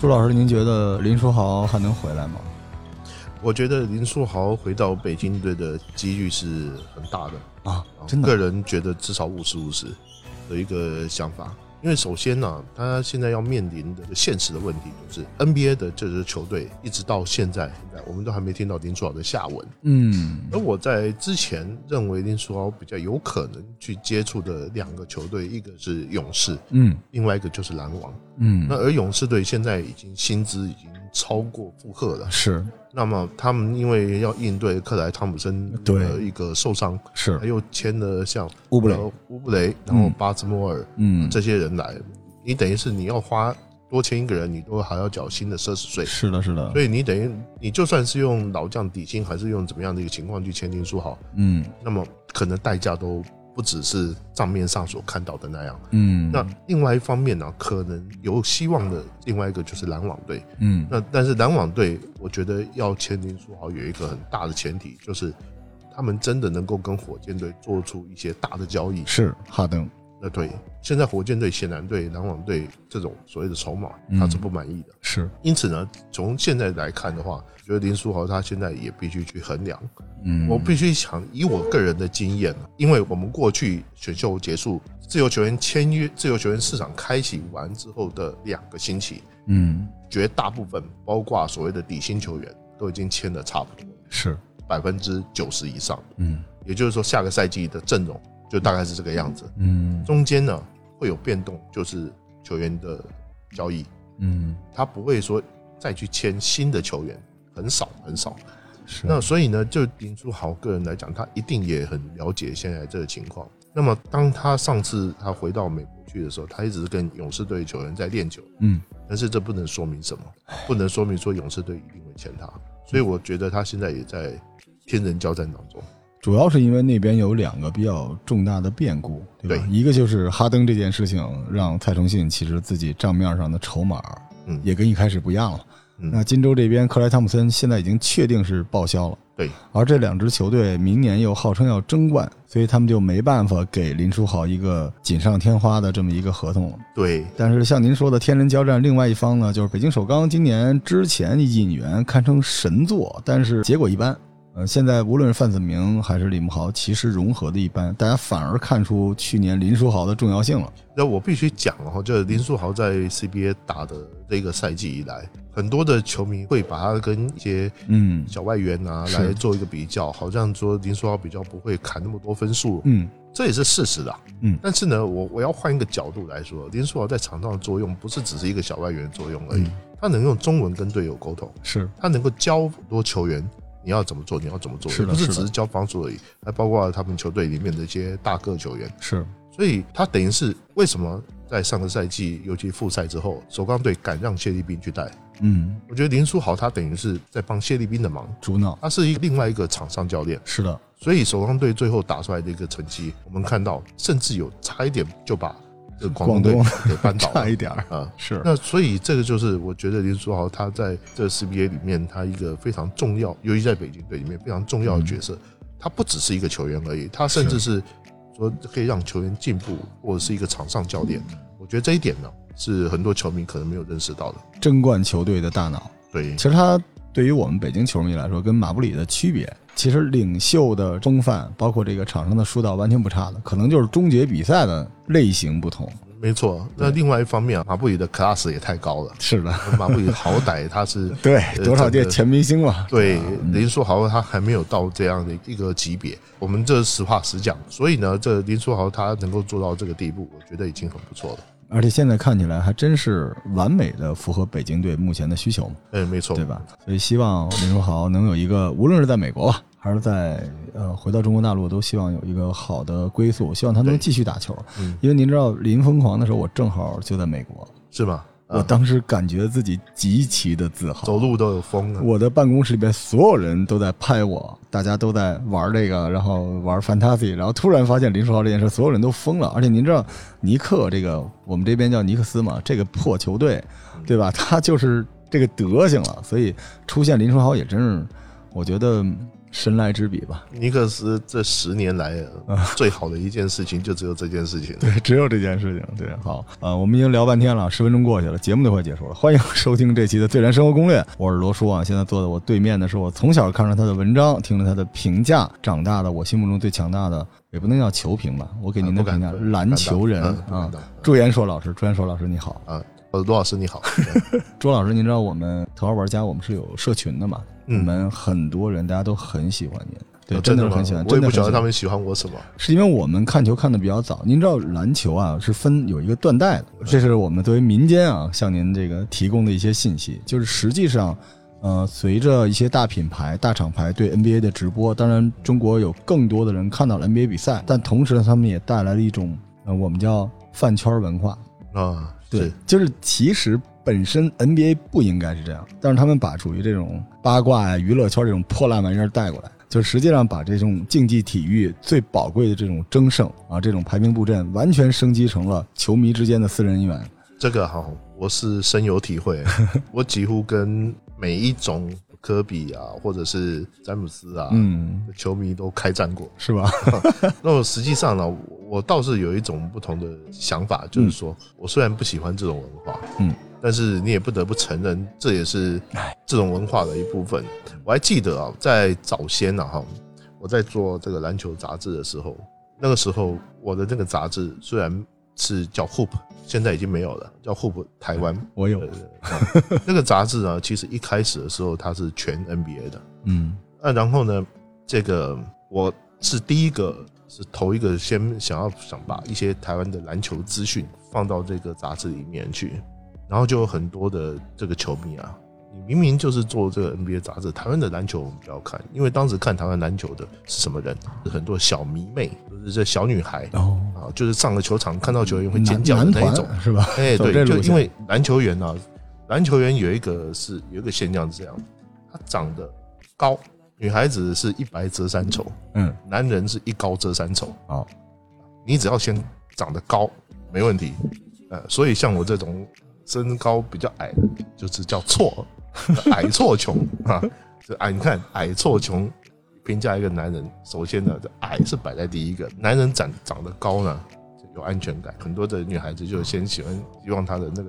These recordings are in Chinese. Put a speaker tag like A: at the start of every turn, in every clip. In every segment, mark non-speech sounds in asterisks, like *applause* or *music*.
A: 朱老师，您觉得林书豪还能回来吗？
B: 我觉得林书豪回到北京队的几率是很大的。
A: 啊
B: 啊，
A: 真的
B: 个人觉得至少五十五十的一个想法。因为首先呢、他现在要面临的现实的问题就是 NBA 的这支球队一直到现在，现在我们都还没听到林书豪的下文。
A: 嗯
B: 而我在之前认为林书豪比较有可能去接触的两个球队，一个是勇士，
A: 嗯
B: 另外一个就是篮网。那
A: 嗯，
B: 而勇士队现在已经薪资已经超过负荷了，
A: 是
B: 那么他们因为要应对克莱汤普森的
A: 对
B: 一个受伤，
A: 是
B: 还，有签了像
A: 乌布雷，
B: 呃乌布雷，然后巴兹莫尔、
A: 嗯，
B: 这些人来，你等于是你要花多签一个人，你都还要缴新的奢侈税，
A: 是的，是的，
B: 所以你等于你就算是用老将底薪，还是用怎么样的一个情况去签订书好，
A: 嗯
B: 那么可能代价都不只是账面上所看到的那样。
A: 嗯，
B: 那另外一方面呢、可能有希望的另外一个就是篮网队。
A: 嗯
B: 那但是篮网队，我觉得要签林书豪有一个很大的前提，就是他们真的能够跟火箭队做出一些大的交易。
A: 是哈登，
B: 那对，现在火箭队显然对篮网队这种所谓的筹码
A: 嗯
B: 他是不满意的。
A: 是，
B: 因此呢，从现在来看的话，我觉得林书豪他现在也必须去衡量。
A: 嗯，
B: 我必须想以我个人的经验，啊因为我们过去选秀结束，自由球员签约、自由球员市场开启完之后的两个星期，
A: 嗯
B: 绝大部分包括所谓的底薪球员都已经签的差不多，
A: 是，
B: 百分之九十以上。
A: 嗯
B: 也就是说，下个赛季的阵容就大概是这个样子。
A: 嗯
B: 中间呢会有变动，就是球员的交易，
A: 嗯
B: 他不会说再去签新的球员，很少很少。
A: 是，
B: 那所以呢，就林书豪个人来讲，他一定也很了解现在这个情况。那么，当他上次他回到美国去的时候，他一直跟勇士队球员在练球，
A: 嗯
B: 但是这不能说明什么，不能说明说勇士队一定会签他。所以我觉得他现在也在天人交战当中。
A: 主要是因为那边有两个比较重大的变故，对吧？
B: 对
A: 一个就是哈登这件事情，让蔡崇信其实自己账面上的筹码
B: 嗯
A: 也跟一开始不一样了。
B: 嗯
A: 那金州这边，克莱汤普森现在已经确定是报销了，
B: 对，
A: 而这两支球队明年又号称要争冠，所以他们就没办法给林书豪一个锦上添花的这么一个合同了。
B: 对，
A: 但是像您说的天人交战，另外一方呢，就是北京首钢今年之前引援堪称神作，但是结果一般。呃，现在无论是范子铭还是李慕豪，其实融合的一般，大家反而看出去年林书豪的重要性了。
B: 那我必须讲哦，就是林书豪在 CBA 打的这个赛季以来，很多的球迷会把他跟一些
A: 嗯
B: 小外援啊
A: 是
B: 来做一个比较，好像说林书豪比较不会砍那么多分数，
A: 嗯
B: 这也是事实啦。
A: 嗯
B: 但是呢，我我要换一个角度来说，林书豪在场上的作用不是只是一个小外援的作用而已，
A: 嗯
B: 他能用中文跟队友沟通，
A: 是
B: 他能够教很多球员你要怎么做，你要怎么做，
A: 是的
B: 也不是
A: 是的
B: 只是教防守而已，还包括他们球队里面的一些大个球员。
A: 是，
B: 所以他等于是为什么在上个赛季，尤其复赛之后，首钢队敢让谢立斌去带？
A: 嗯，
B: 我觉得林书豪他等于是在帮谢立斌的忙，
A: 主脑
B: 他是一个另外一个场上教练。
A: 是的，
B: 所以首钢队最后打出来的一个成绩，我们看到甚至有差一点就把这个广东 *laughs* 队
A: 广
B: 给扳倒
A: 差
B: 了
A: 一点儿
B: 啊。
A: 是
B: 那所以这个就是我觉得林书豪他在这 CBA 里面他一个非常重要，尤其在北京队里面非常重要的角色。他不只是一个球员而已，他甚至是说可以让球员进步，或者是一个场上教练。我觉得这一点呢，是很多球迷可能没有认识到的。
A: 争冠球队的大脑。
B: 对
A: 其，实他对于我们北京球迷来说，跟马布里的区别，其实领袖的风范，包括这个场上的疏导，完全不差的，可能就是终结比赛的类型不同。
B: 没错。那另外一方面啊，马布里的 class 也太高了。
A: 是的，
B: 马布里好歹他是
A: *laughs* 对，
B: 呃
A: 多少届
B: 真的
A: 前明星了？
B: 对，
A: 嗯
B: 林书豪他还没有到这样的一个级别，我们这实话实讲，所以呢，这林书豪他能够做到这个地步，我觉得已经很不错了。
A: 而且现在看起来还真是完美的符合北京队目前的需求嘛，
B: 嗯，没错，
A: 对？吧？所以希望林书豪能有一个，无论是在美国吧，还是在呃回到中国大陆，都希望有一个好的归宿，希望他能
B: 对
A: 继续打球
B: 嗯。
A: 因为您知道，林疯狂的时候，我正好就在美国，
B: 是吗？
A: 我
B: 啊，
A: 当时感觉自己极其的自豪。
B: 走路都有风啊了。
A: 我的办公室里边所有人都在拍我，大家都在玩这个，然后玩 Fantasy，然后突然发现林书豪这件事，所有人都疯了。而且您知道，尼克这个我们这边叫尼克斯嘛，这个破球队，对吧？他就是这个德行了，所以出现林书豪也真是，我觉得神来之笔吧。
B: 尼克斯这十年来呃最好的一件事情，就只有这件事情了。
A: 对，只有这件事情。对，好，呃，我们已经聊半天了，十分钟过去了，节目都快结束了。欢迎收听这期的《最燃生活攻略》，我是罗叔啊。现在坐在我对面的是我从小看着他的文章，听着他的评价长大的，我心目中最强大的，也不能叫球评吧，我给您的
B: 啊不
A: 评价， *laughs*
B: 敢不敢
A: 篮球人
B: 嗯不
A: 啊
B: 敢当。
A: 朱延硕老师，朱延硕老师你好，
B: 啊，呃，罗老师你好，
A: 朱老师，嗯您知道我们头号玩家我们是有社群的嘛？
B: 嗯
A: 我们很多人大家都很喜欢您，对，
B: 呃
A: 真的是
B: 吗
A: 很喜欢，
B: 我
A: 真的
B: 也不
A: 很喜
B: 晓得
A: 欢
B: 他们喜欢我什么。
A: 是因为我们看球看的比较早，您知道篮球啊是分有一个断代的，这是我们作为民间啊向您这个提供的一些信息，就是实际上。呃，随着一些大品牌、大厂牌对 NBA 的直播，当然中国有更多的人看到了 NBA 比赛，但同时呢，他们也带来了一种呃，我们叫饭圈文化。
B: 啊，
A: 对
B: 是，
A: 就是其实本身 NBA 不应该是这样，但是他们把属于这种八卦呀、娱乐圈这种破烂玩意儿带过来，就实际上把这种竞技体育最宝贵的这种争胜啊，这种排兵布阵，完全升级成了球迷之间的私人啊恩怨。
B: 这个哈，我是深有
A: *laughs*
B: 体会。我几乎跟每一种科比啊，或者是詹姆斯啊，
A: 嗯，
B: 的球迷都开战过。
A: 是吧？
B: 那我实际上呢，我倒是有一种不同的想法，就是说、我虽然不喜欢这种文化，
A: 嗯，
B: 但是你也不得不承认，这也是这种文化的一部分。我还记得啊，在早先呢、哈，我在做这个篮球杂志的时候，那个时候我的那个杂志虽然是叫 Hoop，现在已经没有了，叫 Hoop 台湾。
A: 我有
B: 呃，那个杂志呢，其实一开始的时候它是全 NBA 的，
A: 嗯
B: 那然后呢，这个我是第一个，是头一个先想要想把一些台湾的篮球资讯放到这个杂志里面去，然后就有很多的这个球迷啊，你明明就是做这个 NBA 杂志，台湾的篮球我们不要看，因为当时看台湾篮球的是什么人，是很多小迷妹，就是这小女孩
A: 哦，
B: 啊，就是上了球场看到球员会尖叫的
A: 男
B: 那一
A: 男
B: 种，
A: 团是吧？
B: *laughs* 哎，
A: 走
B: 对
A: 这，
B: 就
A: 路线
B: 因为篮球员啊，篮球员有一个是有一个现象是这样，他长得高，女孩子是一白遮三丑，
A: 嗯，
B: 男人是一高遮三丑。
A: 哦，
B: 你只要先长得高，没问题。呃，所以像我这种身高比较矮的，就是叫错矮错穷啊，这矮你看矮错穷。评价一个男人，首先呢，这矮是摆在第一个。男人长长得高呢，有安全感。很多的女孩子就先喜欢，希望她的那个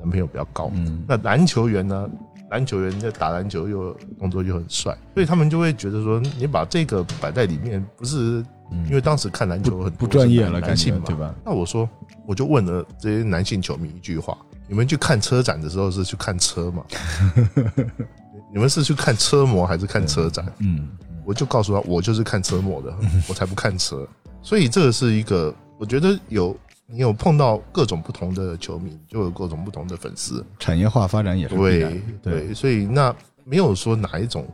B: 男朋友比较高。
A: 嗯，
B: 那篮球员呢？篮球员在打篮球又动作又很帅，所以他们就会觉得说，你把这个摆在里面，不是因为当时看篮球很
A: 嗯不
B: 多
A: 专业
B: 是
A: 了，
B: 男
A: 感
B: 男
A: 觉
B: 性嘛，
A: 对吧？
B: 那我说，我就问了这些男性球迷一句话：你们去看车展的时候是去看
A: *laughs*
B: 车吗？你们是去看车模还是看车展？
A: 嗯，
B: 我就告诉他，我就是看车模的，我才不看车。所以这个是一个，我觉得有你有碰到各种不同的球迷，就有各种不同的粉丝。
A: 产业化发展也是必然
B: 对
A: 的对
B: 对，所以那没有说哪一种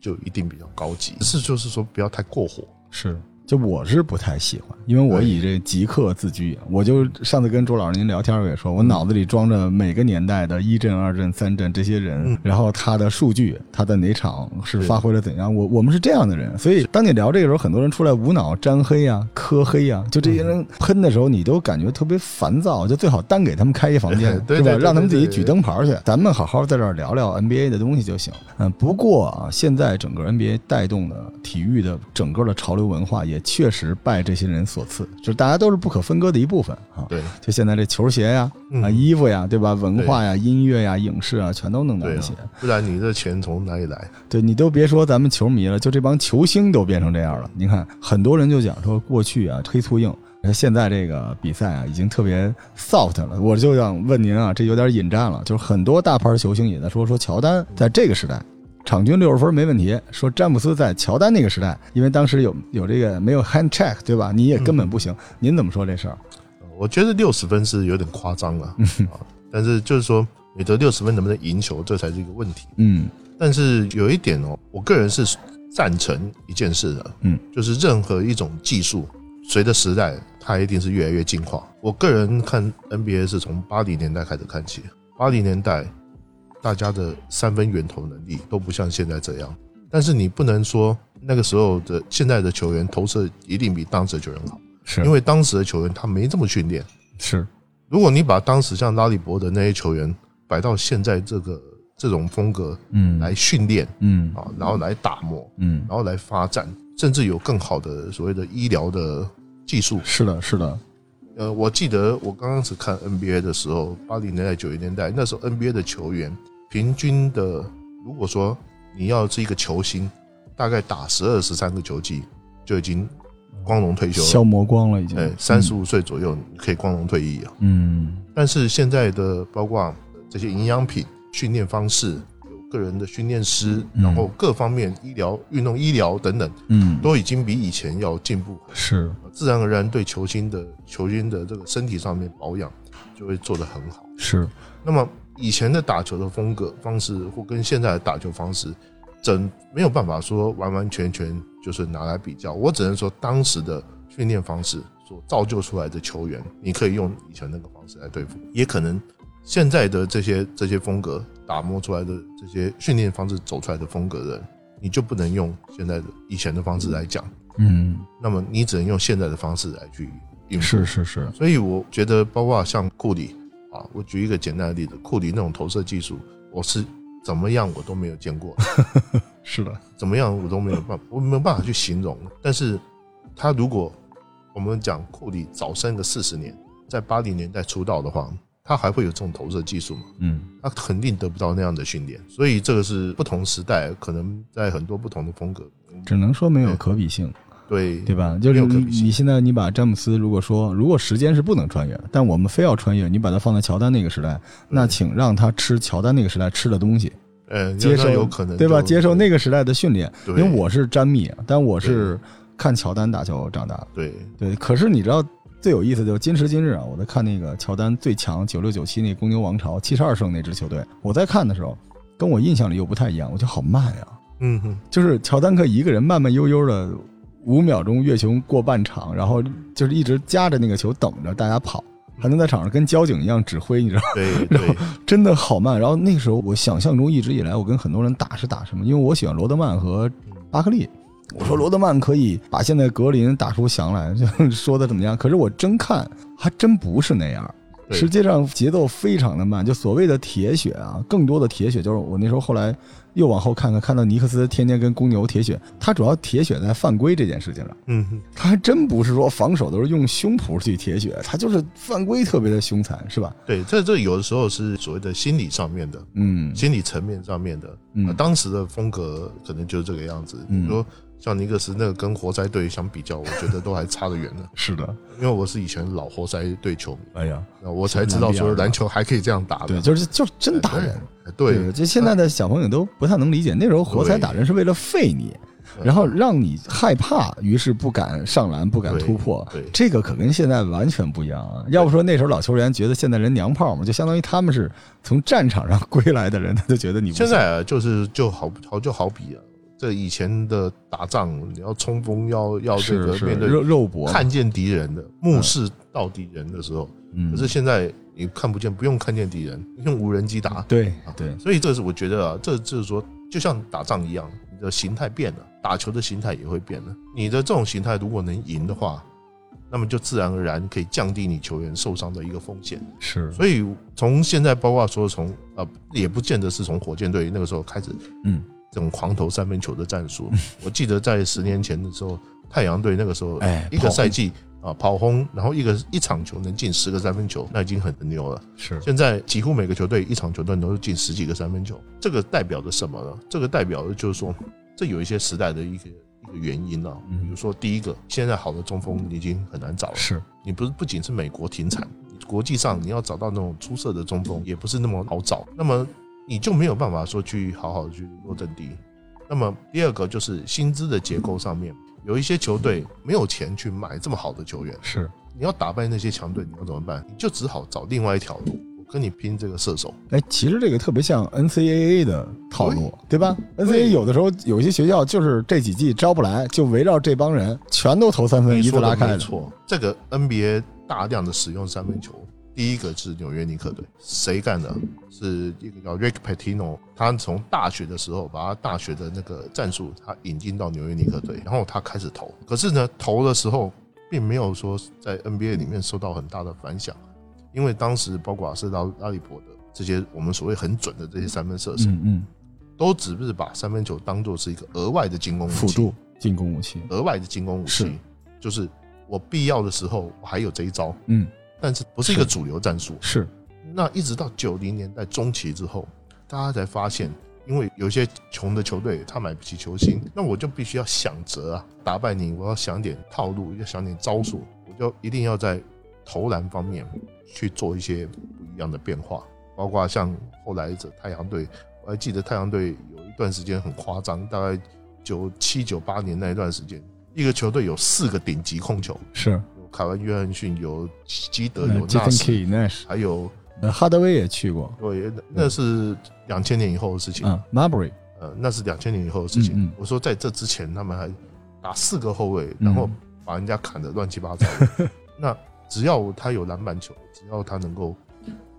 B: 就一定比较高级，只是就是说不要太过火。
A: 是，就我是不太喜欢，因为我
B: 对
A: 以这极客自居。啊我就上次跟周老师您聊天，我也
B: 嗯
A: 说，我脑子里装着每个年代的一阵、二阵、三阵这些人，
B: 嗯
A: 然后他的数据，他在哪场是
B: 是
A: 发挥了怎样。我我们是这样的人，所以当你聊这个时候，很多人出来无脑沾黑啊、磕黑啊，就
B: 嗯
A: 这些人喷的时候，你都感觉特别烦躁，就最好单给他们开一房间，
B: *laughs* 对
A: 是吧
B: 对？对
A: 让他们自己
B: 对对
A: 举灯牌去，咱们好好在这儿聊聊 NBA 的东西就行。嗯，不过啊，现在整个 NBA 带动的体育的整个的潮流文化，也确实拜这些人所赐，就是大家都是不可分割的一部分啊。
B: 对
A: 就现在这球鞋呀、
B: 嗯
A: 啊衣服呀，对吧？文化呀、音乐呀、影视啊，全都弄到
B: 对
A: 一
B: 啊
A: 起。，
B: 不然你这钱从哪里来？
A: 对你都别说咱们球迷了，就这帮球星都变成这样了。你看，很多人就讲说过去啊黑粗硬，现在这个比赛啊已经特别 soft 了。我就想问您啊，这有点引战了，就是很多大牌球星也在说说乔丹在这个时代。场均六十分没问题。说詹姆斯在乔丹那个时代，因为当时有有这个没有 hand check，对吧？你也根本不行。您怎么说这事儿？
B: 我觉得六十分是有点夸张了、啊，但是就是说你得六十分能不能赢球，这才是一个问题。
A: 嗯
B: 但是有一点哦，我个人是赞成一件事的，
A: 嗯，
B: 就是任何一种技术，随着时代，它一定是越来越进化。我个人看 NBA 是从八零年代开始看起，八零年代大家的三分源投能力都不像现在这样，但是你不能说那个时候的现在的球员投射一定比当时的球员好，
A: 是
B: 因为当时的球员他没这么训练。
A: 是
B: 如果你把当时像拉里伯德那些球员摆到现在这个这种风格
A: 嗯，
B: 来训练
A: 嗯
B: 啊，然后来打磨，
A: 嗯，
B: 然后来发展，甚至有更好的所谓的医疗的技术。
A: 是的，是的，
B: 呃，我记得我刚开始看 NBA 的时候，八零年代、九零年代，那时候 NBA 的球员平均的，如果说你要是一个球星，大概打十二、十三个球季就已经光荣退休了。
A: 消磨光了已经
B: 哎，，三十五岁左右你可以光荣退役啊。
A: 嗯，
B: 但是现在的包括这些营养品、训练方式、有个人的训练师，
A: 嗯
B: 然后各方面医疗、运动医疗等等，
A: 嗯嗯，
B: 都已经比以前要进步，
A: 是，
B: 自然而然对球星的球星的这个身体上面保养就会做得很好。
A: 是，
B: 那么以前的打球的风格方式，或跟现在的打球方式，整没有办法说完完全全就是拿来比较。我只能说，当时的训练方式所造就出来的球员，你可以用以前那个方式来对付，也可能现在的这些这些风格打磨出来的这些训练方式走出来的风格的人，你就不能用现在的以前的方式来讲，
A: 嗯，
B: 那么你只能用现在的方式来去应付。
A: 是是是，
B: 所以我觉得，包括像库里啊，我举一个简单的例子，库里那种投射技术，我是怎么样我都没有见过， *laughs*
A: 是的，
B: 怎么样我都没有办，我没有办法去形容。但是，他如果我们讲库里早生个四十年，在八零年代出道的话，他还会有这种投射技术吗？
A: 嗯
B: 他肯定得不到那样的训练。所以这个是不同时代，可能在很多不同的风格，
A: 只能说没有可比性，
B: 对
A: 对吧？就是
B: 嗯没有可
A: 你
B: 比性
A: 你现在你把詹姆斯，如果说如果时间是不能穿越，但我们非要穿越，你把它放在乔丹那个时代，那请让他吃乔丹那个时代吃的东西，
B: 呃，
A: 接受
B: 那有可能
A: 对吧？
B: 就
A: 接受那个时代的训练，因
B: 对
A: 为我是詹密，但我是看乔丹打球长大的。
B: 对
A: 对，可是你知道最有意思的就是今时今日啊，我在看那个乔丹最强九六九七那公牛王朝七十二胜那支球队，我在看的时候，跟我印象里又不太一样，我觉得好慢呀、
B: 嗯哼
A: 就是乔丹可以一个人慢慢悠悠的五秒钟越球过半场，然后就是一直夹着那个球等着大家跑，还能在场上跟交警一样指挥，你知道吗，
B: 对
A: *laughs*
B: 对
A: 真的好慢。然后那个时候我想象中一直以来我跟很多人打是打什么，因为我喜欢罗德曼和巴克利。我说罗德曼可以把现在格林打出翔来，就说的怎么样？可是我真看还真不是那样。
B: 对
A: 实际上节奏非常的慢，就所谓的铁血啊，更多的铁血就是我那时候后来又往后看看，看到尼克斯天天跟公牛铁血，他主要铁血在犯规这件事情上，
B: 嗯哼。
A: 他还真不是说防守都是用胸脯去铁血，他就是犯规特别的凶残，是吧？
B: 对，这这有的时候是所谓的心理上面的，
A: 嗯
B: 心理层面上面的。呃
A: 嗯，
B: 当时的风格可能就是这个样子。
A: 嗯。
B: 你说像尼克斯那个跟活塞队相比较，我觉得都还差得远呢
A: *laughs* 是的，
B: 因为我是以前老活塞队球迷，
A: 哎呀，
B: 那我才知道说篮球还可以这样打
A: 对，
B: 的。
A: 就是就是真打人。
B: 哎对，
A: 就现在的小朋友都不太能理解，那时候活塞
B: 对
A: 打人是为了废你，
B: 对
A: 然后让你害怕，于是不敢上篮，不敢
B: 对
A: 突破
B: 对。
A: 这个可跟现在完全不一样啊！要不说那时候老球员觉得现在人娘炮嘛，就相当于他们是从战场上 *laughs* 归来的人，他就觉得你不
B: 现
A: 行
B: 在啊就是就好好就好比啊，这以前的打仗，你要冲锋，要要这
A: 是
B: 个
A: 是嗯
B: 面哦对
A: 肉肉搏，
B: 看见敌人的目视到敌人的时候，
A: 嗯
B: 可是现在你看不见，不用看见敌人，用无人机打。
A: 对
B: 啊
A: 对
B: 所以这是我觉得啊，这就是说，就像打仗一样，你的形态变了，打球的形态也会变了。你的这种形态如果能赢的话，那么就自然而然可以降低你球员受伤的一个风险。
A: 是，
B: 所以从现在，包括说从呃，也不见得是从火箭队那个时候开始，
A: 嗯，
B: 这种狂投三分球的战术。我记得在十年前的时候，太阳队那个时候，
A: 哎
B: 一个
A: 跑轰
B: 赛季啊跑轰，然后一个一场球能进十个三分球，那已经很很牛了。
A: 是
B: 现在几乎每个球队一场球队都是进十几个三分球，这个代表着什么呢？这个代表的就是说，这有一些时代的一个一个原因啊。
A: 嗯
B: 比如说，第一个，现在好的中锋你已经很难找了，
A: 是，
B: 你不是不仅是美国停产，国际上你要找到那种出色的中锋也不是那么好找，那么你就没有办法说去好好地去落阵地。那么第二个就是薪资的结构上面，有一些球队没有钱去买这么好的球员，
A: 是
B: 你要打败那些强队，你要怎么办？你就只好找另外一条路，我跟你拼这个射手。
A: 哎，其实这个特别像 NCAA 的套路，对吧？NCAA 有的时候有些学校就是这几季招不来，就围绕这帮人全都投三分，
B: 你
A: 一字
B: 说
A: 拉
B: 的
A: 开
B: 没
A: 的。
B: 错，这个 NBA 大量的使用三分球，第一个是纽约尼克队，谁干的？是一个叫 Rick Pitino，他从大学的时候把他大学的那个战术他引进到纽约尼克队，然后他开始投，可是呢，投的时候并没有说在 NBA 里面受到很大的反响，因为当时包括是拉拉里伯德。这些我们所谓很准的这些三分射手，
A: 嗯嗯，
B: 都只是把三分球当做是一个额外的进攻武
A: 辅
B: 器，
A: 助进攻武器，
B: 额外的进攻武
A: 是
B: 器，就是我必要的时候我还有这一招，
A: 嗯
B: 但是不是一个
A: 是
B: 主流战术。
A: 是，
B: 那一直到九零年代中期之后，大家才发现，因为有些穷的球队他买不起球星，那我就必须要想辙啊，打败你，我要想点套路，要想点招数，我就一定要在投篮方面去做一些不一样的变化，包括像后来者太阳队，我还记得太阳队有一段时间很夸张，大概九七九八年那一段时间，一个球队有四个顶级控球，
A: 是，
B: 有凯文·约翰逊，有基德，
A: 呃
B: 有纳
A: Stephen
B: 什，
A: Key Nash，
B: 还有。
A: 呃哈德威也去过，
B: 对，那那是两千年以后的事情。
A: 嗯 m a r b u r y
B: 呃，那是两千年以后的事情。
A: 嗯嗯
B: 我说在这之前，他们还打四个后卫，然
A: 嗯
B: 后把人家砍得乱七八糟。
A: *laughs*
B: 那只要他有篮板球，只要他能够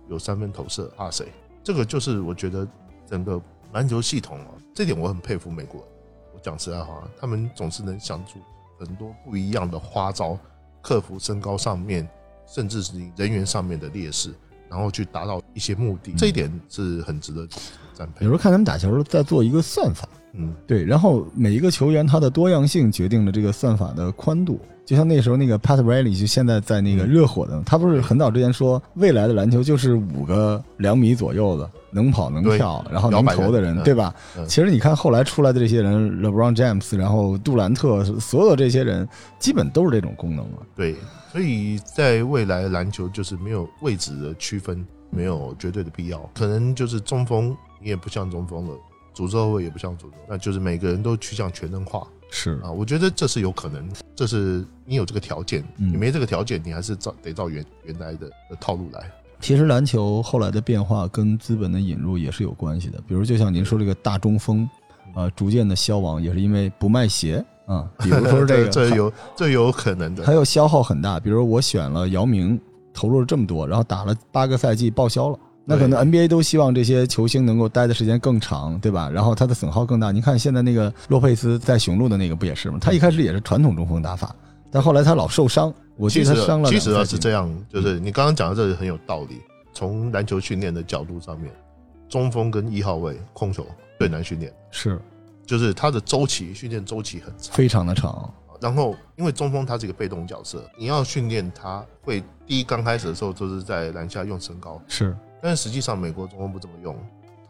B: 有三分投射，啊谁？这个就是我觉得整个篮球系统哦，这点我很佩服美国人。我讲实在话，啊他们总是能想出很多不一样的花招，克服身高上面，甚至是人员上面的劣势，然后去达到一些目
A: 嗯
B: 的。这一点是很值得赞
A: 有
B: 佩
A: 时。候看他们打球在做一个算法，
B: 嗯，
A: 对，然后每一个球员他的多样性决定了这个算法的宽度。就像那时候那个 Pat Riley 就现在在那
B: 嗯
A: 个热火的，他不是很早之前说未来的篮球就是五个两米左右的能跑能
B: 对
A: 跳，然后能投的人
B: 摇摆人，
A: 对吧？
B: 嗯
A: 其实你看后来出来的这些人，LeBron James，然后杜兰特，所有这些人基本都是这种功能了。
B: 对，所以在未来篮球就是没有位置的区分，没有绝对的必要，可能就是中锋你也不像中锋了，主后卫也不像主后，那就是每个人都趋向全能化
A: 是
B: 啊。我觉得这是有可能，这是你有这个条件，
A: 嗯
B: 你没这个条件，你还是照得照原原来的的套路来。
A: 其实篮球后来的变化跟资本的引入也是有关系的，比如就像您说这个大中锋，啊、逐渐的消亡，也是因为不卖鞋啊、比如说这个，
B: *laughs* 这有这有可能的
A: 还，有消耗很大。比如我选了姚明，投入了这么多，然后打了八个赛季报销了，那可
B: 对
A: 能 NBA 都希望这些球星能够待的时间更长，对吧？然后他的损耗更大。你看现在那个洛佩斯在雄鹿的那个不也是吗？他一开始也是传统中锋打法，但后来他老受伤，我记
B: 其
A: 得
B: 实
A: 他伤了
B: 其
A: 两
B: 实
A: 个
B: 啊
A: 赛
B: 是
A: 季
B: 这样，就是你刚刚讲的这里很有道理。从篮球训练的角度上面，中锋跟一号位控球最难训练。
A: 是
B: 就是他的周期训练周期很长。
A: 非常的长，
B: 然后因为中锋他是一个被动角色，你要训练他会第一刚开始的时候就是在篮下用身高，
A: 是
B: 但是实际上美国中锋不这么用，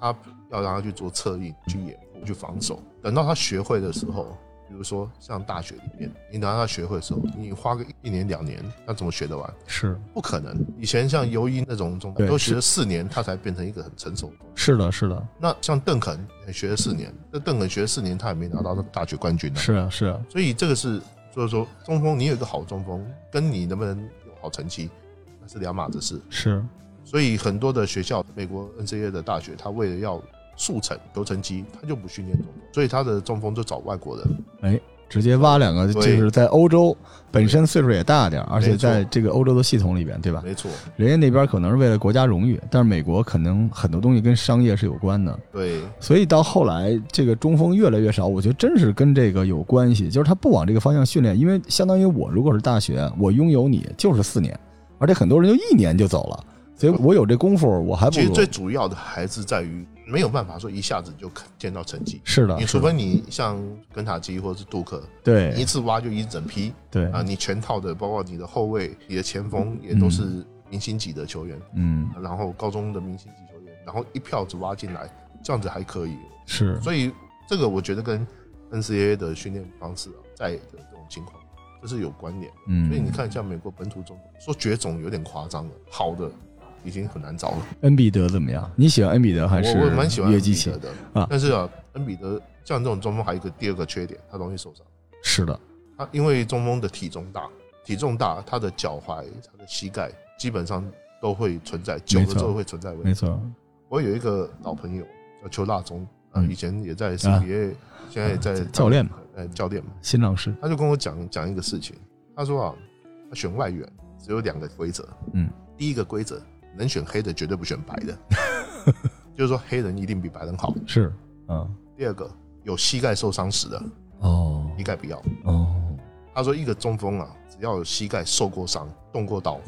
B: 他要让他去做策应、去掩护、去防守。等到他学会的时候。比如说，像大学里面，你拿他学会的时候，你花个一年两年，他怎么学得完？
A: 是
B: 不可能。以前像尤一那种中锋，
A: 对
B: 都学了四年，他才变成一个很成熟的中锋。
A: 是的，是的，
B: 那像邓肯也学了四年，那邓肯学了四年，他也没拿到大学冠军呢、
A: 是啊，是啊，
B: 所以这个是，所以说中锋你有一个好中锋，跟你能不能有好成绩，那是两码子事。
A: 是
B: 所以很多的学校，美国 NCAA 的大学，他为了要速成求成绩，他就不训练中锋，所以他的中锋就找外国人。
A: 直接挖两个，就
B: 对
A: 是在欧洲本身岁数也大点儿，而且在这个欧洲的系统里边，对吧？
B: 没错，
A: 人家那边可能是为了国家荣誉，但是美国可能很多东西跟商业是有关的，
B: 对
A: 所以到后来这个中锋越来越少，我觉得真是跟这个有关系，就是他不往这个方向训练，因为相当于我如果是大学，我拥有你就是四年，而且很多人就一年就走了，所以我有这功夫，我还不
B: 其实
A: 如
B: 最主要的还是在于没有办法说一下子就见到成绩。
A: 是的，
B: 你
A: 是
B: 除
A: 的
B: 非你像肯塔基或者是杜克，你一
A: 对
B: 次挖就一整批
A: 对
B: 啊，你全套的，包括你的后卫、你的前锋也都是明星级的球员。
A: 嗯
B: 然后高中的明星级球员，然后一票子挖进来，这样子还可以。
A: 是
B: 所以这个我觉得跟 NCAA 的训练方式啊，在的这种情况这是有关联。
A: 嗯，
B: 所以你看，像美国本土中说绝种有点夸张了，好的已经很难找了。
A: 恩比德怎么样？你喜欢恩比德还是
B: 我我蛮喜欢
A: 约
B: 恩
A: 基
B: 比
A: 奇
B: 德？的
A: 啊
B: 但是啊，恩比德像这种中锋还有一个第二个缺点，他容易受伤。
A: 是的，
B: 他因为中锋的体重大，体重大，他的脚踝、他的膝盖基本上都会存在，久了
A: 没
B: 之
A: 错
B: 后会存在问题
A: 没。错，
B: 我有一个老朋友叫邱大中，啊，
A: 嗯啊
B: 以前也在 CBA，、现在也在
A: 教练嘛，
B: 呃，教练嘛，
A: 新老师，
B: 他就跟我讲讲一个事情，他说啊，他选外援只有两个规则，
A: 嗯，
B: 第一个规则能选黑的绝对不选白
A: *laughs*
B: 的，就是说黑人一定比白人好。
A: 是，嗯，
B: 第二个有膝盖受伤时的
A: 哦，
B: 一概不要。
A: 哦，
B: 他说一个中锋啊，只要有膝盖受过伤、动过刀，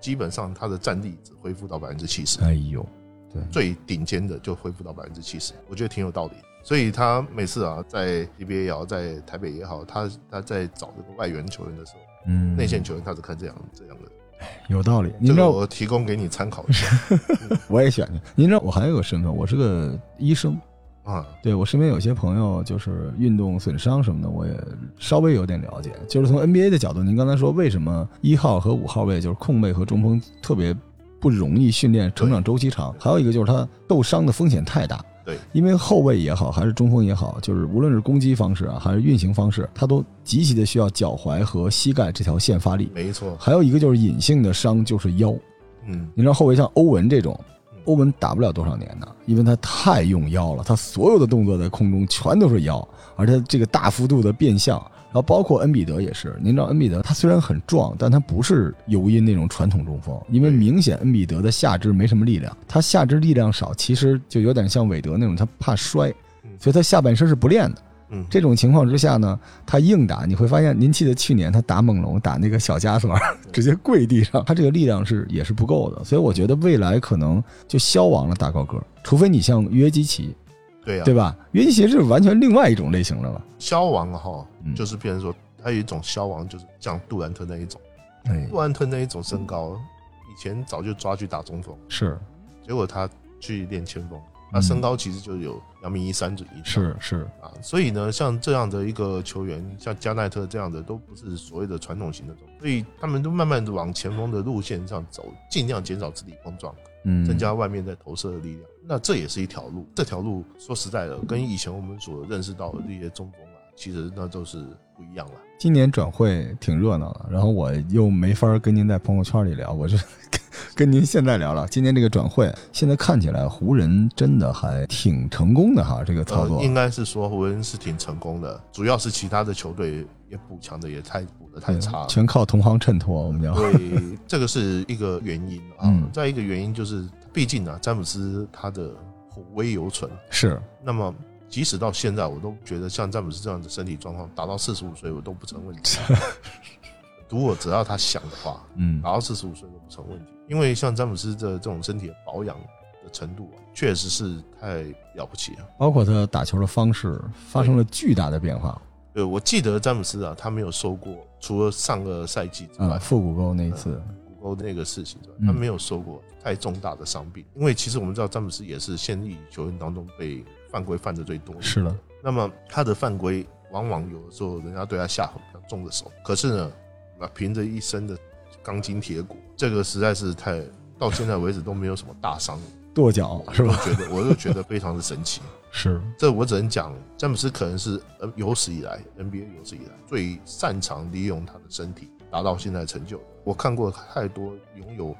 B: 基本上他的战力只恢复到百分之七十。
A: 哎呦，对
B: 最顶尖的就恢复到百分之七十，我觉得挺有道理。所以他每次啊，在 DBA 也好，在台北也好，他他在找这个外援球员的时候，
A: 嗯，
B: 内线球员他只看这样这样的。
A: 有道理。您
B: 这
A: 知
B: 个
A: 道
B: 我提供给你参考
A: *laughs*
B: 一下
A: 我也选去。您知道我还有个身份，我是个医生。
B: 啊。
A: 对我身边有些朋友就是运动损伤什么的，我也稍微有点了解。就是从 NBA 的角度，您刚才说为什么一号和五号位就是控卫和中锋特别不容易训练，成长周期长，还有一个就是他受伤的风险太大。
B: 对，
A: 因为后卫也好，还是中锋也好，就是无论是攻击方式啊，还是运行方式，他都极其的需要脚踝和膝盖这条线发力。
B: 没错，
A: 还有一个就是隐性的伤，就是腰。
B: 嗯，
A: 你知道后卫像欧文这种
B: 嗯，
A: 欧文打不了多少年的，因为他太用腰了，他所有的动作在空中全都是腰，而且这个大幅度的变向，然后包括恩比德也是。您知道恩比德他虽然很壮，但他不是尤因那种传统中锋，因为
B: 对
A: 明显恩比德的下肢没什么力量，他下肢力量少，其实就有点像韦德那种，他怕摔
B: 嗯，
A: 所以他下半身是不练的。
B: 嗯
A: 这种情况之下呢，他硬打，你会发现，您记得去年他打猛龙，打那个小加索尔，直接跪地上，他这个力量是也是不够的，所以我觉得未来可能就消亡了大高个儿，除非你像约基奇，
B: 对啊，
A: 对吧？约基奇是完全另外一种类型的了，
B: 消亡了哈
A: 嗯，
B: 就是变成说，他有一种消亡，就是像杜兰特那一种，
A: 哎，
B: 杜兰特那一种身高，以前早就抓去打中锋，
A: 是
B: 结果他去练前锋，他身高其实就有两米一三左右
A: 嗯是是，
B: 啊，所以呢，像这样的一个球员，像加奈特这样的，都不是所谓的传统型的中锋，所以他们都慢慢的往前锋的路线上走，尽量减少肢体碰撞。
A: 嗯，
B: 增加外面在投射的力量。那这也是一条路，这条路说实在的，跟以前我们所认识到的这些中锋啊，其实那都是不一样了。
A: 今年转会挺热闹的，然后我又没法跟您在朋友圈里聊，我就跟跟您现在聊聊。今年这个转会，现在看起来湖人真的还挺成功的哈，这个操作
B: 呃、。应该是说湖人是挺成功的，主要是其他的球队也补强的也太补的太
A: 对
B: 差了。
A: 全靠同行衬托，我们讲。
B: 对， *laughs* 这个是一个原因啊。
A: 嗯
B: 再一个原因就是，毕竟啊，詹姆斯他的虎威犹存，
A: 是，
B: 那么。即使到现在，我都觉得像詹姆斯这样的身体状况，打到四十五岁我都不成问题。如果只要他想的话，
A: 嗯
B: 打到四十五岁都不成问题。因为像詹姆斯的这种身体的保养的程度、啊，确实是太了不起了。
A: 包括他打球的方式发生了巨大的变化。
B: 对，我记得詹姆斯啊，他没有受过，除了上个赛季之
A: 嗯，
B: 外，
A: 腹股沟那一次，
B: 骨沟那个事情之外，
A: 嗯
B: 他没有受过太重大的伤病。因为其实我们知道，詹姆斯也是现役球员当中被犯规犯的最多
A: *laughs*
B: 的。
A: 是的，
B: 那么他的犯规往往有的时候人家对他下很比较重的手，可是呢，那凭着一身的钢筋铁骨，这个实在是太到现在为止都没有什么大伤，
A: 跺脚是吧？
B: 我觉得我就觉得非常的神奇。
A: 是，
B: 这我只能讲，詹姆斯可能是呃有史以来 NBA 有史以来最擅长利用他的身体达到现在的成就。我看过太多拥有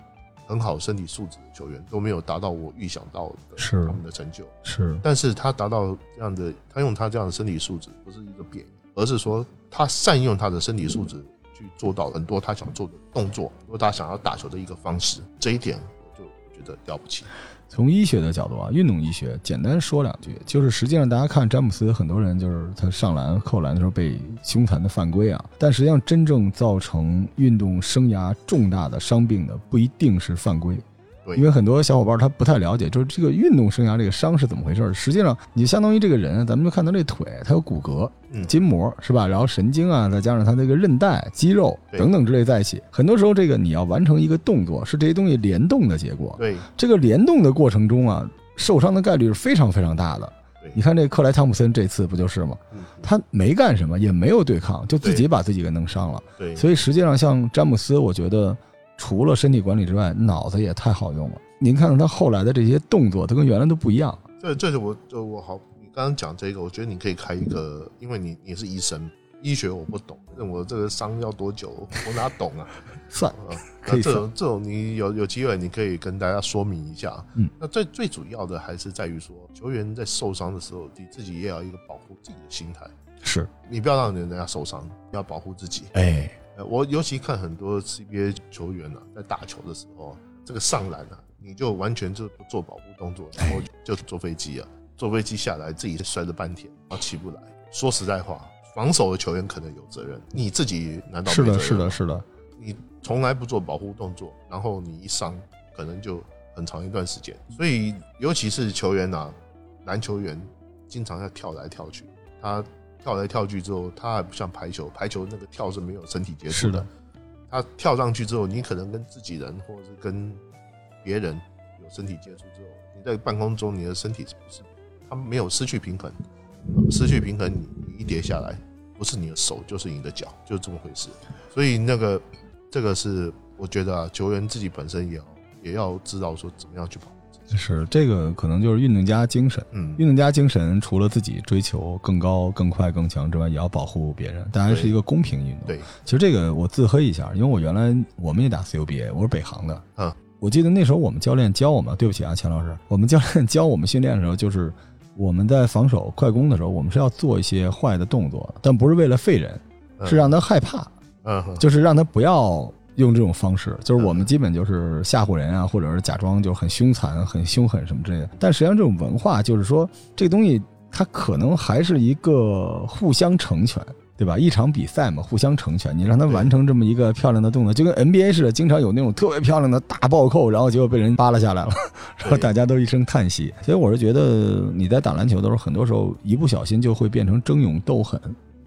B: 很好身体素质的球员都没有达到我预想到的
A: 是
B: 他们的成就。
A: 是，
B: 但是他达到这样的，他用他这样的身体素质，不是一个贬义，而是说他善用他的身体素质去做到很多他想做的动作，或他想要打球的一个方式。这一点我就觉得了不起。
A: 从医学的角度啊，运动医学简单说两句，就是实际上大家看詹姆斯，很多人就是他上篮扣篮的时候被凶残的犯规啊，但实际上真正造成运动生涯重大的伤病的，不一定是犯规。
B: 对
A: 因为很多小伙伴他不太了解，就是这个运动生涯这个伤是怎么回事儿。实际上，你相当于这个人啊，咱们就看他这腿，他有骨骼，
B: 嗯，
A: 筋膜是吧？然后神经啊，再加上它这个韧带、肌肉
B: 对
A: 等等之类在一起，很多时候这个你要完成一个动作，是这些东西联动的结果。
B: 对，
A: 这个联动的过程中啊，受伤的概率是非常非常大的
B: 对。
A: 你看这克莱汤普森这次不就是吗？
B: 嗯，
A: 他没干什么，也没有对抗，就自己
B: 对
A: 把自己给弄伤了。
B: 对，
A: 所以实际上，像詹姆斯，我觉得除了身体管理之外，脑子也太好用了。您看看他后来的这些动作，他跟原来都不一样。
B: 这这是我这我好，你刚刚讲这个，我觉得你可以开一个，因为你你是医生，医学我不懂，那我这个伤要多久，我哪懂啊？
A: 算，
B: 呃
A: *laughs* 可以
B: 那这种这种你有有机会，你可以跟大家说明一下。
A: 嗯，
B: 那最最主要的还是在于说，球员在受伤的时候，你自己也要有一个保护自己的心态，
A: 是，
B: 你不要让人家受伤，要保护自己。
A: 哎，
B: 呃我尤其看很多 CBA 球员啊，在打球的时候，这个上篮啊，你就完全就不做保护动作，然
A: 哎
B: 后就坐飞机啊，坐飞机下来自己摔了半天，然后起不来。说实在话，防守的球员可能有责任，你自己难道没
A: 是的，
B: 责任吗
A: 是的，是的，
B: 你从来不做保护动作，然后你一伤，可能就很长一段时间。所以，尤其是球员啊，篮球员经常要跳来跳去，他跳来跳去之后，他还不像排球，排球那个跳是没有身体接触
A: 是
B: 的
A: 的，
B: 他跳上去之后，你可能跟自己人或者是跟别人有身体接触之后，你在半空中你的身体是不是他没有失去平衡，失去平衡你你一跌下来，不是你的手就是你的脚，就是这么回事。所以那个这个是我觉得啊，球员自己本身也要也要知道说怎么样去保护自己。
A: 是这个可能就是运动家精神。
B: 嗯，
A: 运动家精神除了自己追求更高、更快、更强之外，也要保护别人。当然是一个公平运动。
B: 对，
A: 其实这个我自黑一下，因为我原来我们也打 CUBA，我是北航的。
B: 嗯，
A: 我记得那时候我们教练教我们，对不起啊，钱老师，我们教练教我们训练的时候，就是我们在防守快攻的时候，我们是要做一些坏的动作，但不是为了废人，*laughs*
B: 嗯
A: 是啊让他害怕，
B: 嗯哼
A: 就是让他不要。用这种方式，就是我们基本就是吓唬人啊，或者是假装就很凶残、很凶狠什么之类的。但实际上，这种文化就是说，这个东西它可能还是一个互相成全，对吧？一场比赛嘛，互相成全。你让他
B: 对
A: 完成这么一个漂亮的动作，就跟 NBA 似的，经常有那种特别漂亮的大暴扣，然后结果被人扒拉下来了，然后大家都一声叹息。所以我是觉得，你在打篮球的时候，很多时候一不小心就会变成争勇斗狠。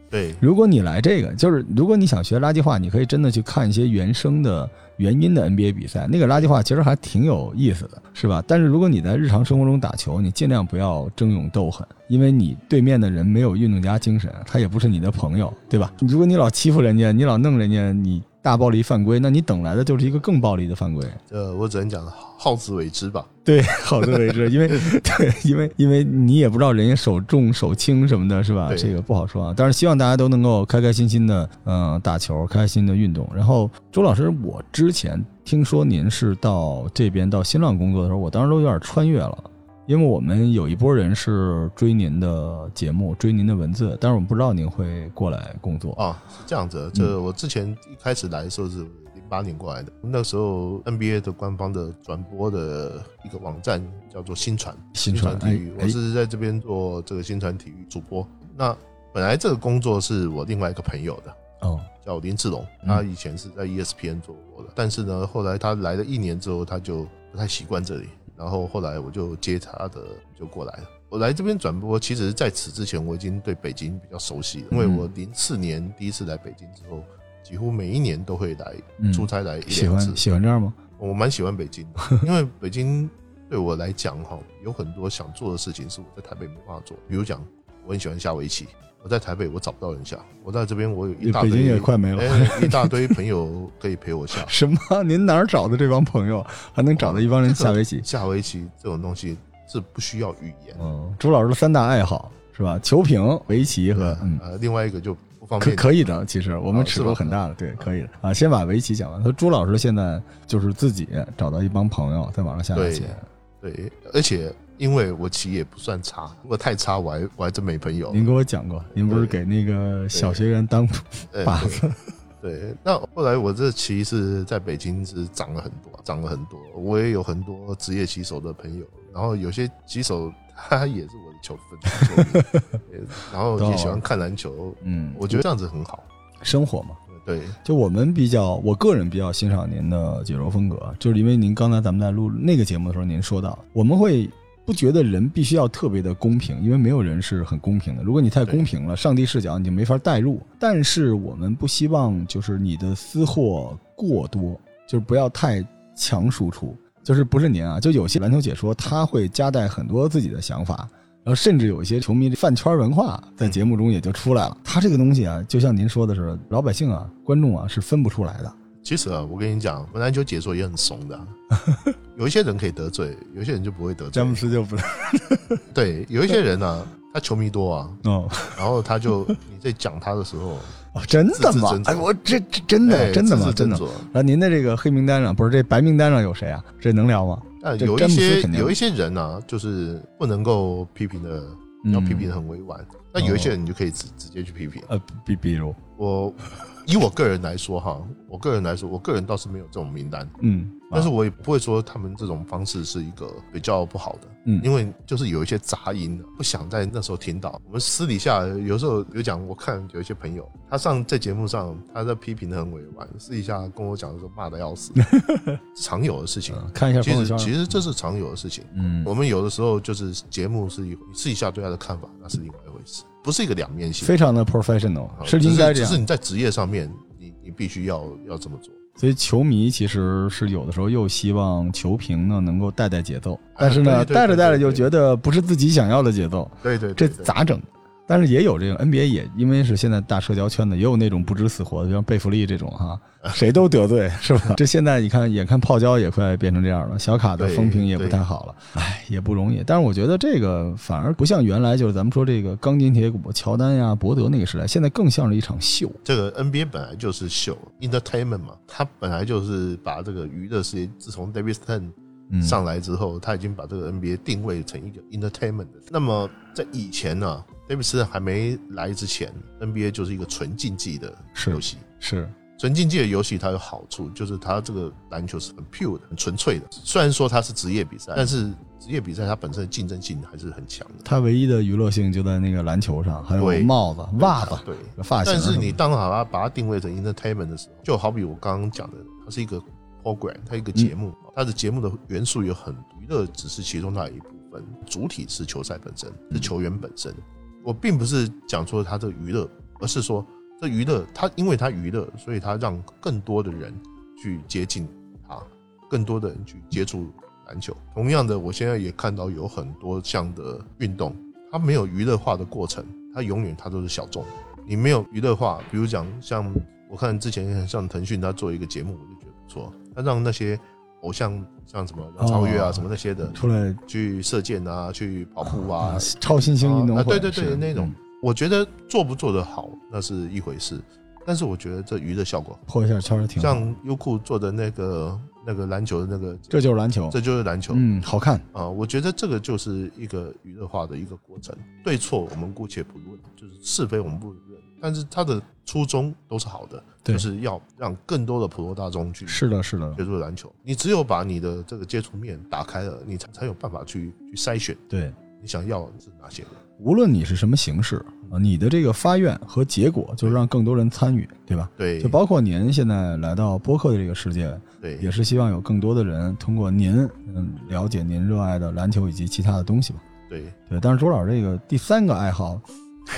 B: 对
A: 如果你来这个，就是如果你想学垃圾话，你可以真的去看一些原声的原音的 NBA 比赛，那个垃圾话其实还挺有意思的，是吧？但是如果你在日常生活中打球，你尽量不要争勇斗狠，因为你对面的人没有运动家精神，他也不是你的朋友，对吧？如果你老欺负人家，你老弄人家，你大暴力犯规，那你等来的就是一个更暴力的犯规。
B: 呃，我只能讲好自为之吧。
A: 对， *laughs* 好自为之，因为对，因为因为你也不知道人家手重手轻什么的，是吧？
B: 对
A: 这个不好说啊。但是希望大家都能够开开心心的，嗯、打球，开开心心的运动。然后，周老师，我之前听说您是到这边到新浪工作的时候，我当时都有点穿越了。因为我们有一波人是追您的节目，追您的文字，但是我们不知道您会过来工作。
B: 啊，是这样子的。这我之前一开始来的时候是零八年过来的，那时候 NBA 的官方的转播的一个网站叫做新传，
A: 新传
B: 传体育，
A: 哎
B: 我是在这边做这个新传体育主播。那本来这个工作是我另外一个朋友的，
A: 哦，
B: 叫林志龙，
A: 嗯
B: 他以前是在 E ESPN 做过的，但是呢，后来他来了一年之后，他就不太习惯这里，然后后来我就接他的就过来了。我来这边转播，其实在此之前我已经对北京比较熟悉了，因为
A: 嗯
B: 我零四年第一次来北京之后，几乎每一年都会来
A: 嗯，
B: 出差来一
A: 喜
B: 两
A: 欢
B: 次。
A: 喜欢这样吗？
B: 我蛮喜欢北京的，
A: *laughs*
B: 因为北京对我来讲哈，有很多想做的事情是我在台北没办法做，比如讲我很喜欢下围棋，我在台北我找不到人下，我在这边我有一大
A: 北
B: 堆
A: 京也快没了。
B: 哎，一大堆朋友可以陪我下
A: 什么？您哪儿找的这帮朋友？还能找到一帮人下围棋？
B: *laughs* 下围棋这种东西是不需要语言，
A: 嗯，朱老师的三大爱好是吧？球评、围棋和嗯，
B: 呃，另外一个就不方
A: 可
B: 便。
A: 可以的。其实我们
B: 啊
A: 尺度很大的，对，可以的啊。先把围棋讲完。说朱老师现在就是自己找到一帮朋友在网上下围棋
B: 对，对，而且因为我棋也不算差，如果太差我还我还真没朋友。
A: 您给我讲过，您不是
B: 对
A: 给那个小学员当
B: 哎
A: 靶
B: 对
A: 子？
B: 对，那后来我这棋是在北京是涨了很多，涨了很多。我也有很多职业棋手的朋友，然后有些棋手他也是我的球粉，球迷
A: *laughs*
B: 对然后也喜欢看篮球。
A: 嗯，
B: 我觉得这样子很好。
A: 生活嘛，
B: 对，
A: 就我们比较，我个人比较欣赏您的解说风格，就是因为您刚才咱们在录那个节目的时候，您说到我们会不觉得人必须要特别的公平，因为没有人是很公平的。如果你太公平了，上帝视角你就没法代入。但是我们不希望就是你的私货过多，就是不要太强输出。就是不是您啊，就有些篮球解说他会夹带很多自己的想法，然后甚至有一些球迷饭圈文化在节目中也就出来了。他这个东西啊，就像您说的是，老百姓啊、观众啊是分不出来的。
B: 其实啊，我跟你讲，我篮球解说也很怂的啊、
A: *laughs*
B: 有一些人可以得罪，有一些人就不会得罪。
A: 斯就不
B: 对，有一些人呢、啊他球迷多啊，
A: 哦
B: 然后他就你在讲他的时候，
A: 哦，真的吗
B: 字字斟酌？
A: 哎，我这这真的啊
B: 哎
A: 真的
B: 字
A: 吗？
B: 字
A: 真的
B: 斟。酌
A: 然后您的这个黑名单上不是这白名单上有谁啊？这能聊吗？
B: 但
A: 这
B: 有一
A: 詹姆斯
B: 些
A: 肯定
B: 有一些人呢、就是不能够
A: 嗯哦
B: 批评的，要批评的很委婉。那有一些人你就可以直直接去批评，
A: 呃，比比如
B: 我以我个人来说哈，我个人来说，我个人倒是没有这种名单，
A: 嗯，
B: 但是
A: 啊
B: 我也不会说他们这种方式是一个比较不好的，
A: 嗯
B: 因为就是有一些杂音，不想在那时候听到。我们私底下有时候有讲，我看有一些朋友，他上在节目上他在批评的很委婉，私底下跟我讲说骂的要死， *laughs* 常有的事情。
A: 嗯看一下
B: 其
A: 朋友
B: 实
A: 圈，
B: 其实这是常有的事情。
A: 嗯
B: 我，们有的时候就是节目是一你私底下对他的看法，那是另外一回事，不是一个两面性。
A: 非常的 professional，
B: 啊
A: 是
B: 只
A: 应该这
B: 只
A: 样
B: 是。你在职业上面，你你必须要要这么做。
A: 所以球迷其实是有的时候又希望球评呢能够带带节奏，但是呢
B: 对对对
A: 带着带着
B: 对对
A: 就觉得不是自己想要的节奏，
B: 对对
A: 这
B: 对对
A: 咋整？但是也有这种 NBA 也因为是现在大社交圈子，也有那种不知死活的，就像贝弗利这种
B: *laughs*
A: 哈，谁都得罪是吧？这现在你看，眼看泡椒也快变成这样了，小卡的
B: 对
A: 风评也不
B: 对
A: 太好了，哎，也不容易。但是我觉得这个反而不像原来就是咱们说这个钢筋铁骨、乔丹呀、伯德那个时代，现在更像是一场秀。
B: 这个 NBA 本来就是秀 entertainment 嘛，它本来就是把这个娱乐事业，自从 David Stern
A: 嗯，
B: 上来之后，他已经把这个 NBA 定位成一个 entertainment 的。那么在以前呢、d a v i d Stern 还没来之前，NBA 就是一个纯竞技的
A: 是
B: 游戏。
A: 是
B: 纯竞技的游戏它有好处，就是它这个篮球是很 pure 的、很纯粹的。虽然说它是职业比赛，但是职业比赛它本身的竞争性还是很强的。
A: 它唯一的娱乐性就在那个篮球上，还有
B: 对
A: 帽子、袜子、
B: 对，
A: 发型啊
B: 但
A: 什么的。
B: 是你当好它把它定位成 entertainment 的时候，就好比我刚刚讲的，它是一个 program，它一个节目，
A: 嗯
B: 它的节目的元素有很娱乐，只是其中它的一部分，主体是球赛本身，是球员本身。我并不是讲说它这个娱乐，而是说这娱乐，它因为它娱乐，所以它让更多的人去接近它，啊更多的人去接触篮球。同样的，我现在也看到有很多项的运动，它没有娱乐化的过程，它永远它都是小众。你没有娱乐化，比如讲像我看之前像腾讯他做一个节目，我就觉得不错，他让那些偶像像什么
A: 哦
B: 杨超越啊、什么那些的
A: 出来
B: 去射箭啊、去跑步啊、
A: 超新星运动
B: 啊
A: 会，
B: 对对对
A: 是
B: 那种
A: 嗯，
B: 我觉得做不做得好那是一回事，但是我觉得这娱乐效果，
A: 破一下圈儿挺好。
B: 像优酷做的那个那个篮球的那个，
A: 这就是篮球，
B: 这就是篮球，
A: 嗯，好看，
B: 啊、我觉得这个就是一个娱乐化的一个过程，对错我们姑且不论，就是是非我们不论，但是它的初衷都是好的，
A: 对
B: 就是要让更多的普罗大众去
A: 是的，是的，
B: 接触篮球。你只有把你的这个接触面打开了，你才才有办法去去筛选
A: 对。
B: 你想要的是哪些人。
A: 无论你是什么形式啊，你的这个发愿和结果，就是让更多人参与，对吧？
B: 对，
A: 就包括您现在来到播客的这个世界，也
B: 对
A: 是希望有更多的人通过您，嗯，了解您热爱的篮球以及其他的东西吧。
B: 对，
A: 对，但是卓老师这个第三个爱好， *laughs*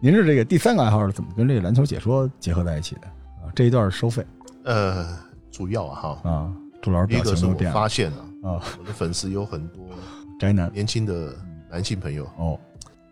A: 您是这个第三个爱好是怎么跟这个篮球解说结合在一起的啊？这一段是收费
B: 呃，主要啊哈，
A: 啊，朱老师
B: 第一
A: 表
B: 个是
A: 情都
B: 我
A: 变了
B: 发现啊，
A: 啊，
B: 我的粉丝有很多
A: 宅男
B: 年轻的男性朋友，
A: 哦，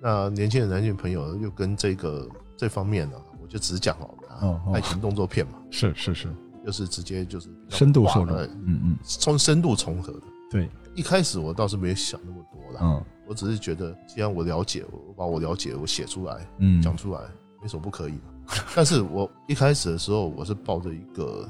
B: 那年轻的男性朋友又跟这个这方面呢、我就只讲好了啊、
A: 哦哦
B: 爱情动作片嘛，
A: 是是是，
B: 就是直接就是比较
A: 深度受
B: 广
A: 众
B: 的，
A: 嗯嗯，
B: 从深度重合的。
A: 对，
B: 一开始我倒是没想那么多啦，
A: 嗯
B: 我只是觉得既然我了解，我把我了解我写出来
A: 嗯，
B: 讲出来，没什么不可以的。但是我一开始的时候，我是抱着一个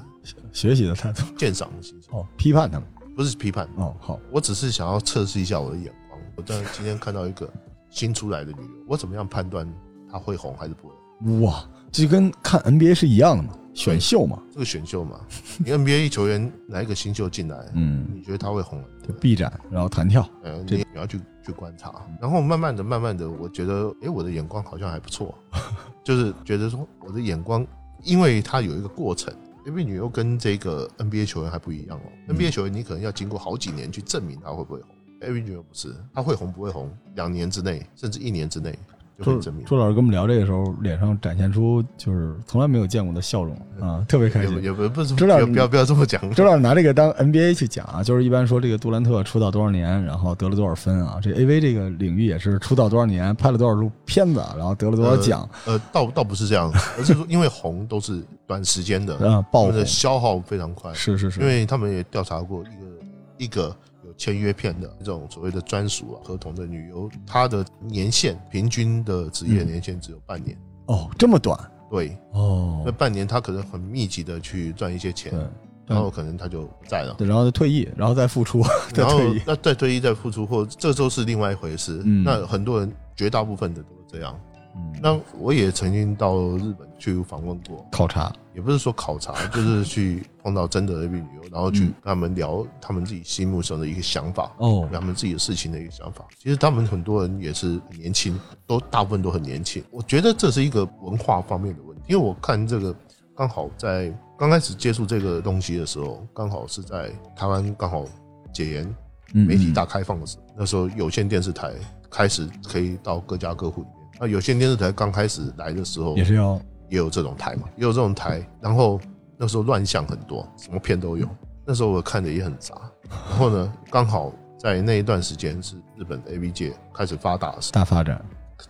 A: 学习的态度
B: 鉴赏的心情，
A: 哦，批判他们
B: 不是批判，
A: 哦，好，
B: 我只是想要测试一下我的眼光。我在今天看到一个新出来的女友，我怎么样判断她会红还是不会红？
A: 哇，这就跟看 NBA 是一样的嘛，选秀嘛，
B: 这个选秀嘛， *laughs* 你 NBA 球员哪一个新秀进来，
A: 嗯，
B: 你觉得他会红？
A: 就臂展，然后弹跳，
B: 呃，
A: 这
B: 你你要去去观察，然后慢慢的、慢慢的，我觉得，诶，我的眼光好像还不错， *laughs* 就是觉得说我的眼光，因为它有一个过程。NBA 女优跟这个 NBA 球员还不一样哦
A: 嗯
B: ，NBA 球员你可能要经过好几年去证明他会不会红，NBA 女优不是，她会红不会红，两年之内甚至一年之内就可
A: 朱
B: 以证明，
A: 朱老师跟我们聊这个时候，脸上展现出就是从来没有见过的笑容啊，特别开
B: 也不
A: 心。
B: 也不不是
A: 知
B: 不
A: 道
B: 要不要不要这么讲，
A: 周老师拿这个当 NBA 去讲啊，就是一般说这个杜兰特出道多少年，然后得了多少分啊？这 AV 这个领域也是出道多少年，拍了多少部片子，然后得了多少奖，
B: 呃，倒倒不是这样，而是说因为红都是短时间的，
A: 啊，
B: 他
A: 爆
B: 们
A: 红
B: 的，消耗非常快，
A: 是是是，
B: 因为他们也调查过一个一个有签约片的这种所谓的专属啊合同的女优，她的年限平均的职
A: 嗯
B: 业年限只有半年，
A: 哦这么短
B: 对，
A: 哦
B: 那，半年她可能很密集的去赚一些钱，
A: 对，
B: 然后可能她就不在了。
A: 对，然后就退役，然后再复出，再
B: 然后
A: 退役，
B: 那再退役再复出，或这都是另外一回事。
A: 嗯
B: 那很多人，绝大部分的都是这样。
A: 嗯
B: 那我也曾经到日本去访问过，
A: 考察，
B: 也不是说
A: *laughs*
B: 考察，就是去碰到真的 AV 女优，然后
A: 嗯
B: 去跟他们聊他们自己心目中的一个想法，
C: 哦，
B: 他们自己的事情的一个想法。其实他们很多人也是很年轻，都大部分都很年轻。我觉得这是一个文化方面的问题，因为我看这个刚好在刚开始接触这个东西的时候，刚好是在台湾刚好解严
A: 嗯
B: 媒体大开放的时候，那时候有线电视台开始可以到各家各户里面。那有线电视台刚开始来的时候，
A: 也是要
B: 也有这种台嘛，也有这种台。然后那时候乱象很多，什么片都有。那时候我看着也很杂。然后呢，刚好在那一段时间是日本 A V 界开始发达的时
A: 大发展，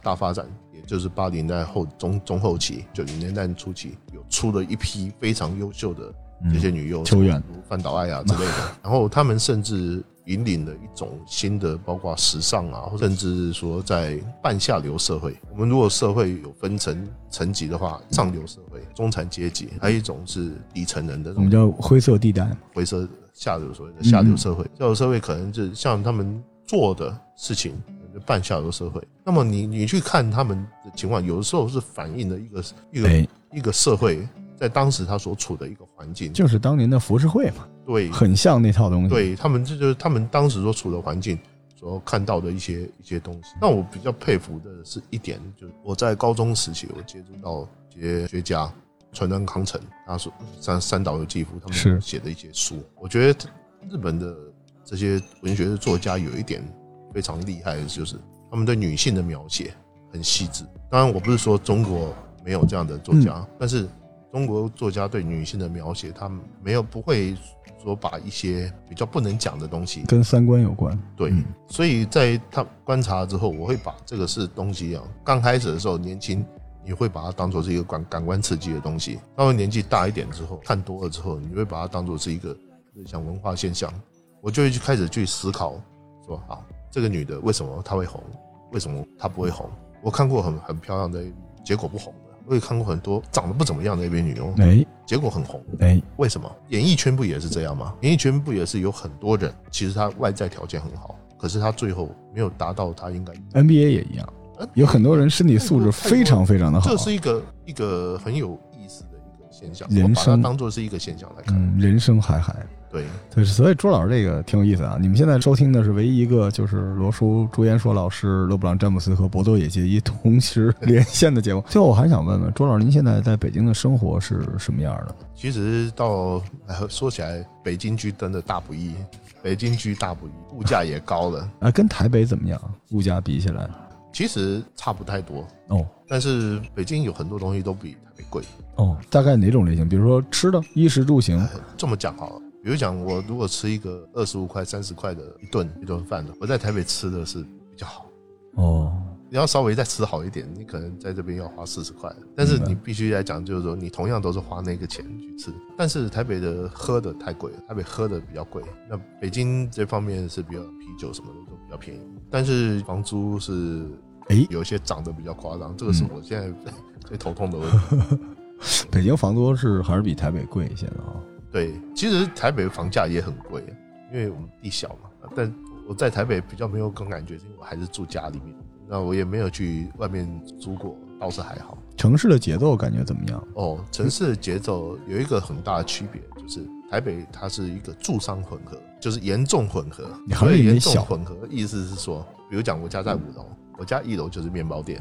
B: 大发展，也就是八零年代后中中后期、九零年代初期，有出了一批非常优秀的
A: 嗯
B: 这些女优
A: 球员，
B: 如范岛爱啊之类的。然后他们甚至引领了一种新的，包括时尚啊，或者甚至是说在半下流社会。我们如果社会有分层层级的话，上流社会、中产阶级，还有一种是底层人的那
A: 我们
B: 种
A: 叫灰色地带，
B: 回收下流所谓的下流社会，下流社会可能就是像他们做的事情。就半下流社会，那么你你去看他们的情况，有的时候是反映了一个一个、
A: 哎，
B: 一个社会在当时他所处的一个环境，
A: 就是当年的浮世绘嘛，
B: 对
A: 很像那套东西，，
B: 对他们，这就是他们当时所处的环境所看到的一些一些东西。那我比较佩服的是一点，就是我在高中时期，我接触到一些学家，川端康成，他所三三岛由纪夫他
A: 是
B: 们写的一些书，我觉得日本的这些文学的作家有一点非常厉害的，就是他们对女性的描写很细致。当然，我不是说中国没有这样的作家，但是中国作家对女性的描写，他们没有不会说把一些比较不能讲的东西，
A: 跟三观有关，
B: 对，
A: 嗯
B: 所以在他观察之后，我会把这个是东西啊，刚开始的时候年轻。你会把它当做是一个感感官刺激的东西，稍微年纪大一点之后，看多了之后，你会把它当做是一个像文化现象，我就会去开始去思考，说啊，这个女的为什么她会红？为什么她不会红？我看过很很漂亮的 AV，结果不红的，我也看过很多长得不怎么样的 AV 女优，
A: 哎
B: 结果很红，
A: 哎，
B: 为什么？演艺圈不也是这样吗？演艺圈不也是有很多人，其实他外在条件很好，可是他最后没有达到他应该。
A: NBA 也一样
B: 呃，
A: 有很多人身体素质非常非常的好
B: 这，是一个一个很有意思的一个现象，
A: 人
B: 我把它
A: 生
B: 当做是一个现象来看。
A: 嗯，人生海海。
B: 对，
A: 对，所以朱老师这个挺有意思啊！你们现在收听的是唯一一个就是罗叔、朱延硕老师、勒布朗·詹姆斯和博多野结衣同时连线的节目。 *laughs* 最后，我还想问问朱老师，您现在在北京的生活是什么样的？
B: 其实到哎说起来，北京居真的大不易，北京居大不易，物价也高了，
A: 啊，跟台北怎么样？物价比起来，
B: 其实差不太多。
A: 哦
B: 但是北京有很多东西都比台北贵。
A: 哦，大概哪种类型？比如说吃的、衣食住行，
B: 这么讲好了，比如讲我如果吃一个二十五块、三十块的一顿一顿饭的，我在台北吃的是比较好。
A: 哦，
B: 你要稍微再吃好一点，你可能在这边要花四十块，但是
A: 明白
B: 你必须来讲，就是说你同样都是花那个钱去吃，但是台北的喝的太贵了，台北喝的比较贵。那北京这方面是比较啤酒什么的都比较便宜，但是房租是
A: 哎
B: 有一些涨得比较夸张，这个是
A: 嗯
B: 我现在 *laughs* 最头痛的问题。
A: 北京房租是还是比台北贵一些的啊、
B: 对，其实台北房价也很贵，啊因为我们地小嘛。但我在台北比较没有感感觉，因为我还是住家里面，那我也没有去外面租过，倒是还好。
A: 城市的节奏感觉怎么样？
B: 哦，城市的节奏有一个很大的区别，就是台北它是一个住商混合，就是严重混合。
A: 你还
B: 所
A: 是
B: 以
A: 有
B: 严
A: 点
B: 重
A: 小
B: 混合意思是说，比如讲我家在五楼，我家一楼就是面包店，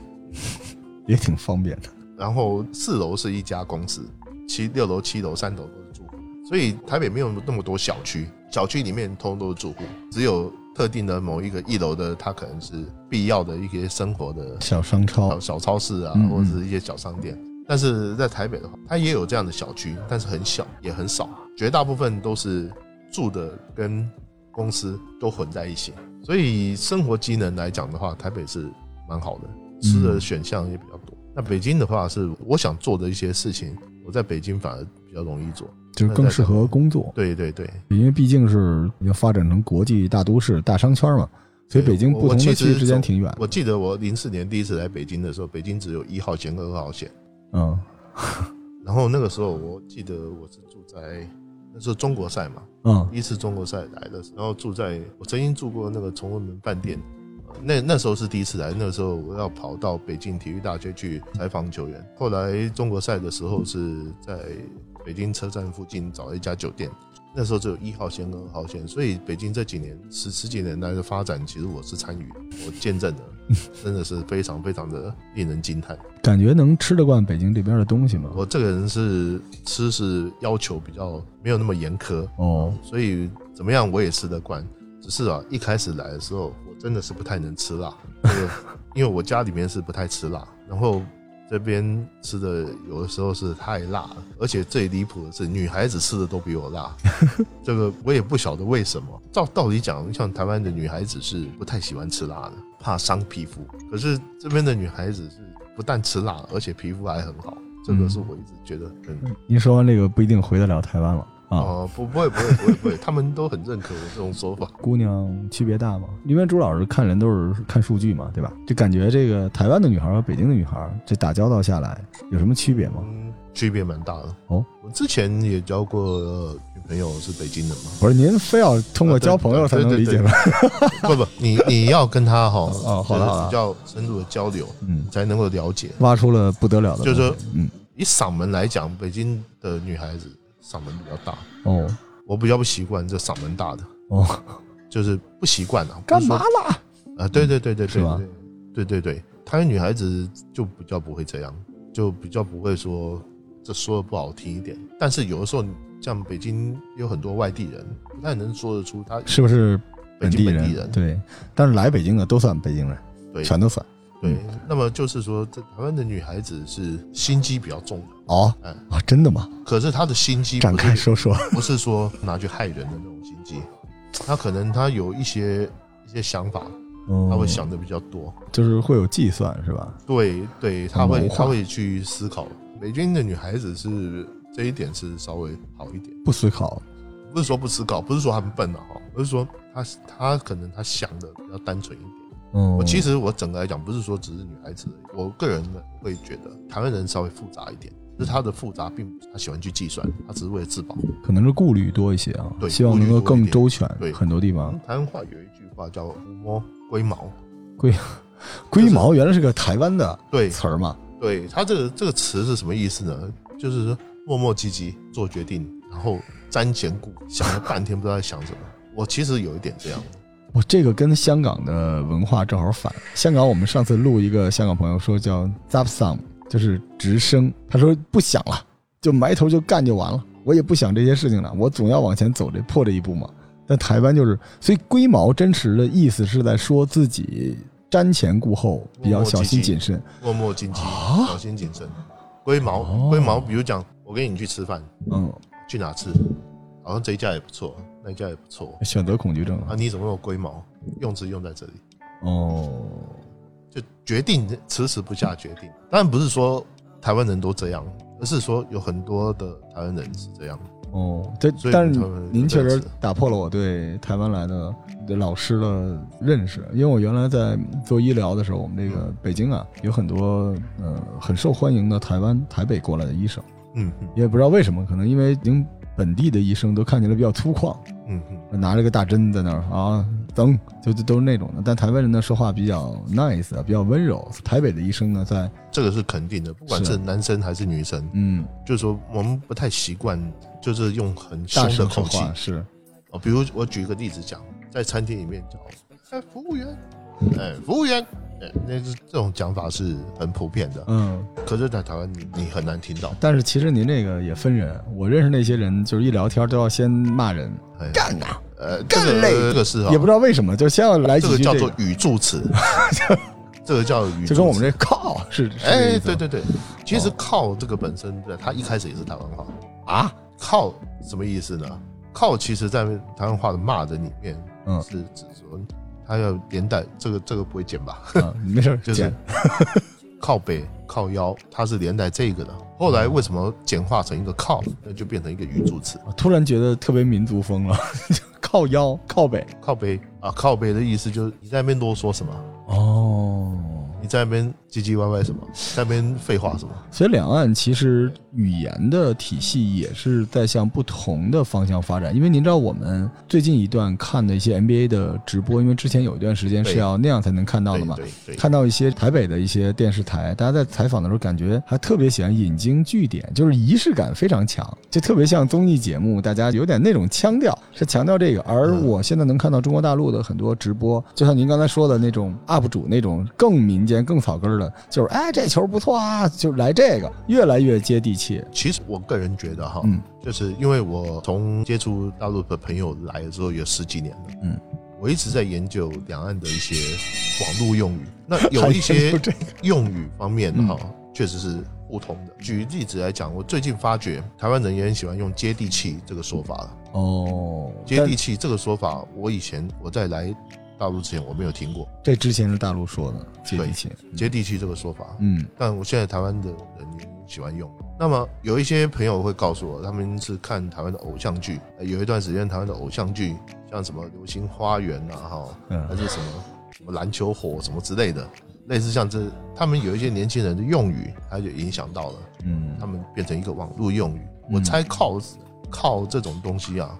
A: 也挺方便的。
B: 然后四楼是一家公司，七六楼、七楼、三楼都是住户，所以台北没有那么多小区，小区里面通通都是住户，只有特定的某一个一楼的，它可能是必要的一些生活的
A: 小商超
B: 小，小超市啊
A: 哦嗯嗯，
B: 或者是一些小商店。但是在台北的话，它也有这样的小区，但是很小，也很少，绝大部分都是住的跟公司都混在一起，所以生活机能来讲的话，台北是蛮好的，吃
A: 嗯
B: 的选项也比较多。那北京的话，是我想做的一些事情，我在北京反而比较容易做。
A: 就是更适合工作。
B: 对对对，
A: 因为毕竟是要发展成国际大都市、大商圈嘛，所以北京
B: 对
A: 不同的
B: 我
A: 区之间挺远。
B: 我记得我零四年第一次来北京的时候，北京只有一号线跟二号线。
A: 嗯
B: 然后那个时候，我记得我是住在那时候中国赛嘛，
A: 嗯，
B: 第一次中国赛来的时候，然后住在我曾经住过那个崇文门饭店，呃那那时候是第一次来，那时候我要跑到北京体育大学去采访球员。后来中国赛的时候是在北京车站附近找了一家酒店，那时候只有一号线跟二号线，所以北京这几年十十几年来的发展，其实我是参与，我见证了，真的是非常非常的令人惊叹。
A: 感觉能吃得惯北京这边的东西吗？
B: 我这个人是吃是要求比较没有那么严苛，
A: 哦，
B: 所以怎么样我也吃得惯。只是啊，一开始来的时候，我真的是不太能吃辣，这个 *laughs* 因为我家里面是不太吃辣，然后这边吃的有的时候是太辣了，而且最离谱的是，女孩子吃的都比我辣， *laughs* 这个我也不晓得为什么。照道理讲，像台湾的女孩子是不太喜欢吃辣的，怕伤皮肤，可是这边的女孩子是不但吃辣，而且皮肤还很好。这个是我一直觉得很
A: 您说完这个不一定回得了台湾了啊。
B: 哦，不不会不会不会不会，他们都很认可我这种说法。
A: 姑娘区别大吗？因为朱老师看人都是看数据嘛，对吧？就感觉这个台湾的女孩和北京的女孩，这打交道下来有什么区别吗？
B: 嗯，区别蛮大的。
A: 哦，
B: 我之前也交过呃女朋友是北京
A: *laughs*
B: 人嘛，
A: 不是您非要通过交朋友才能理解吗？
B: 不不，你你要跟她哈，
A: *laughs* 哦好了好了
B: 比较深入的交流，
A: 嗯
B: 你，才能够了解。
A: 挖出了不得了的东西，
B: 就是说
A: 嗯，
B: 以嗓门来讲，北京的女孩子嗓门比较大，
A: 哦
B: 我比较不习惯这嗓门大的，
A: 哦，
B: 就是不习惯啊。不
A: 干
B: 是说
A: 嘛啦？
B: 啊，对对对对
A: 是
B: 对
A: 吧
B: 对对对对，台湾女孩子就比较不会这样，就比较不会说这说的不好听一点，但是有的时候像北京有很多外地人，不太能说得出他
A: 是不是
B: 北
A: 本
B: 京
A: 地
B: 本
A: 人？嗯
B: 地人，
A: 对，但是来北京的都算北京人，
B: 对
A: 全都算。
B: 对。那么就是说，这台湾的女孩子是心机比较重的，
A: 哦
B: 哎
A: 啊，真的吗？
B: 可是她的心机
A: 展
B: 不
A: 开
B: 是
A: 说说。
B: 不是说拿去害人的那种心机，她可能她有一些一些想法，
A: 嗯
B: 她会，想的比较多，
A: 就是会有计算是吧？
B: 对对，她会
A: 谋划
B: 她会去思考。北京的女孩子是这一点是稍微好一点，
A: 不思考，
B: 不是说不思考，不是说她们笨啊，哈，而是说她她可能她想的比较单纯一点。
A: 嗯，
B: 我其
A: 实
B: 实我整个来讲，不是说只是女孩子而已，我个人会觉得台湾人稍微复杂一点，就是他的复杂并不是他喜欢去计算，他只是为了自保。
A: 可能是顾虑多一些啊，
B: 对
A: 希望能够更周全
B: 顾虑多一，点对
A: 很多地方。
B: 台湾话有一句话叫“狐摸龟毛
A: 龟毛原来是个台湾的”，
B: 对
A: 词儿嘛，
B: 对，他这个这个词是什么意思呢？就是说磨磨唧唧做决定，然后瞻前顾想了半天不知道在想什么。我其实有一点这样的，
A: 我这个跟香港的文化正好反。香港我们上次录一个香港朋友说叫 zap sum，就是直升，他说不想了，就埋头就干就完了，我也不想这些事情了，我总要往前走这破这一步嘛。但台湾就是，所以龟毛真实的意思是在说自己瞻前顾后，比较小心谨慎。
B: 磨磨唧唧，
A: 啊
B: 小心谨慎。龟
A: 哦
B: 毛龟毛，比如讲，我跟你去吃饭，
A: 嗯，
B: 去哪吃？好像这一家也不错，那一家也不错。
A: 选择恐惧症
B: 啊，
A: 啊。
B: 你怎么有龟毛？用词用在这里，
A: 哦，
B: 就决定迟迟不下决定。当然不是说台湾人都这样，而是说有很多的台湾人是这样。
A: 哦，这
B: 所以
A: 但是
B: 他们
A: 您确实
B: 认识
A: 打破了我对台湾来的老师的认识，因为我原来在做医疗的时候，我们这
B: 嗯
A: 个北京啊有很多呃很受欢迎的台湾台北过来的医生，
B: 嗯嗯
A: 也不知道为什么，可能因为您本地的医生都看起来比较粗犷，
B: 嗯嗯，
A: 拿着个大针在那儿啊等，就就都是那种的。但台湾人呢说话比较 nice 啊，比较温柔。台北的医生呢在
B: 这个是肯定的，不管
A: 是啊
B: 是男生还是女生，
A: 嗯
B: 就是说我们不太习惯，就是用很凶
A: 大
B: 的
A: 声说
B: 口气
A: 话是
B: 啊。比如我举一个例子讲，在餐厅里面叫哎服务员，
A: 嗯
B: 哎服务员，哎那是这种讲法是很普遍的，
A: 嗯。
B: 可是，在台湾你你很难听到。
A: 但是其实您这个也分人，我认识那些人，就是一聊天都要先骂人，
B: 哎
A: 干啊，
B: 呃，这
A: 干
B: 个
A: 嘞
B: 这个是啊
A: 也不知道为什么，就先要来
B: 这
A: 几
B: 个
A: 句
B: 叫
A: 个
B: 做语助
A: *laughs*
B: 词，这个叫语助词，
A: 就跟我们这
B: *laughs*
A: 靠是，是这
B: 哎，
A: 意思啊
B: 对对对，其实
A: 哦
B: “靠”这个本身，对，它一开始也是台湾话。
A: 啊， *laughs*
B: 靠什么意思呢？靠，其实在台湾话的骂人里面，
A: 嗯
B: 是指说它要连带这个这个不会剪吧？
A: 啊没事儿，
B: 就是
A: *laughs* 剪
B: 靠北、靠腰，它是连带这个的。后来为什么简化成一个靠，那就变成一个语助词？
A: 我突然觉得特别民族风了， *laughs* 就靠腰靠北
B: 靠北啊，靠北的意思就是你在那边啰嗦什么？
A: 哦，
B: 你你在那边唧唧歪歪什么，在那边废话什么？
A: 所以两岸其实语言的体系也是在向不同的方向发展。因为您知道，我们最近一段看的一些 NBA 的直播，因为之前有一段时间是要那样才能看到的嘛，
B: 对对对，
A: 看到一些台北的一些电视台，大家在采访的时候，感觉还特别喜欢引经据典，就是仪式感非常强，就特别像综艺节目，大家有点那种腔调，是强调这个。而
B: 嗯
A: 我现在能看到中国大陆的很多直播，就像您刚才说的那种 UP 主那种更民间、更草根儿的，就是哎这球不错啊，就来这个，越来越接地气。
B: 其实我个人觉得哈，
A: 嗯
B: 就是因为我从接触大陆的朋友来了之后有十几年了，
A: 嗯，
B: 我一直在研究两岸的一些网
A: *laughs*
B: 络用语，那有一些
A: 就这个嗯
B: 用语方面哈、确实是不同的。举例子来讲，我最近发觉台湾人也很喜欢用“接地气”这个说法了。
A: 哦，
B: 接地气这个说法，我以前我在来大陆之前我没有听过
A: 但这之前是大陆说的接地气，
B: “接地气”这个说法，
A: 嗯
B: 但我现在台湾的人也喜欢用。那么有一些朋友会告诉我，他们是看台湾的偶像剧，呃有一段时间台湾的偶像剧，像什么《流星花园》啊，哈，还
A: 嗯
B: 是什么什么篮球火什么之类的，类似像这，他们有一些年轻人的用语，他就影响到了，
A: 嗯
B: 他，们变成一个网络用语。
A: 嗯
B: 我猜靠靠这种东西啊，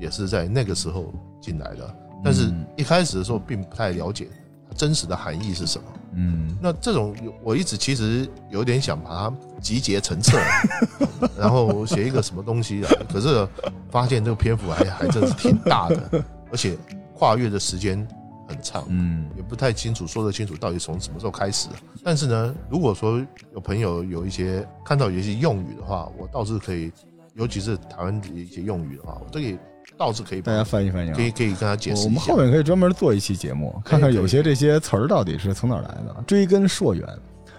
B: 也是在那个时候进来的，但是
A: 嗯
B: 一开始的时候并不太了解它真实的含义是什么。
A: 嗯，
B: 那这种有我一直其实有点想把它集结成册，啊
A: *laughs*
B: 然后写一个什么东西啊？可是发现这个篇幅还还真是挺大的，而且跨越的时间很长，
A: 嗯
B: 也不太清楚说得清楚到底从什么时候开始。啊但是呢，如果说有朋友有一些看到有一些用语的话，我倒是可以，尤其是台湾的一些用语的话，我都可以倒是可以
A: 大
B: 把
A: 家翻译翻译啊
B: 可。以可以跟他解
A: 我
B: 释
A: 我
B: 一
A: 们
B: 下
A: 后。面可以专门做一期节目，看看有些这些词儿到底是从哪儿来的，追根溯源。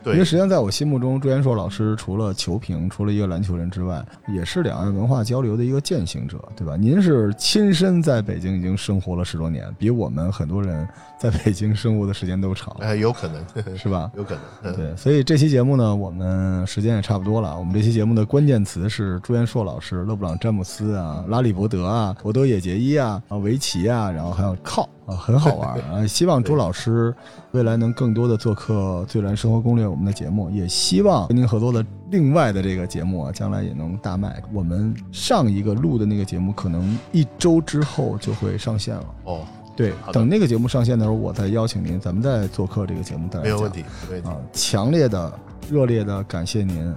A: 因为
B: 对
A: 实际上在我心目中，朱元硕老师除了球评，除了一个篮球人之外，也是两岸文化交流的一个践行者，对吧？您是亲身在北京已经生活了十多年，比我们很多人在北京生活的时间都
B: *laughs*
A: 长，
B: 哎，有可能，
A: 是吧？
B: 有可能，嗯。
A: 对，所以这期节目呢，我们时间也差不多了。我们这期节目的关键词是朱元硕老师、勒布朗·詹姆斯啊、拉里·伯德啊、伯德野结衣啊、啊围棋啊，然后还有靠啊，很好玩啊。 *laughs* 希望朱老师未来能更多的做客《最燃生活攻略》我们的节目，也希望跟您合作的另外的这个节目啊，将来也能大卖。我们上一个录的那个节目，可能一周之后就会上线了。
B: 哦，
A: 对，
B: 好的
A: 等那个节目上线的时候，我再邀请您，咱们再做客这个节目，再来
B: 没有
A: 讲
B: 问题，没问题。
A: 啊，强烈的、热烈的感谢您啊，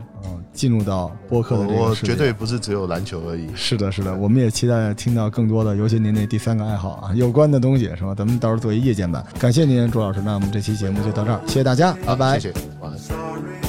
A: 进入到播客的这
B: 我
A: 个
B: 我
A: 世界。
B: 绝对不是只有篮球而已。
A: 是的，是的，我们也期待听到更多的，尤其您那第三个爱好啊，有关的东西是吧？咱们到时候做一夜间版。感谢您，朱老师。那我们这期节目就到这儿，谢谢大家，拜拜。
B: 谢谢，晚安。
C: sorry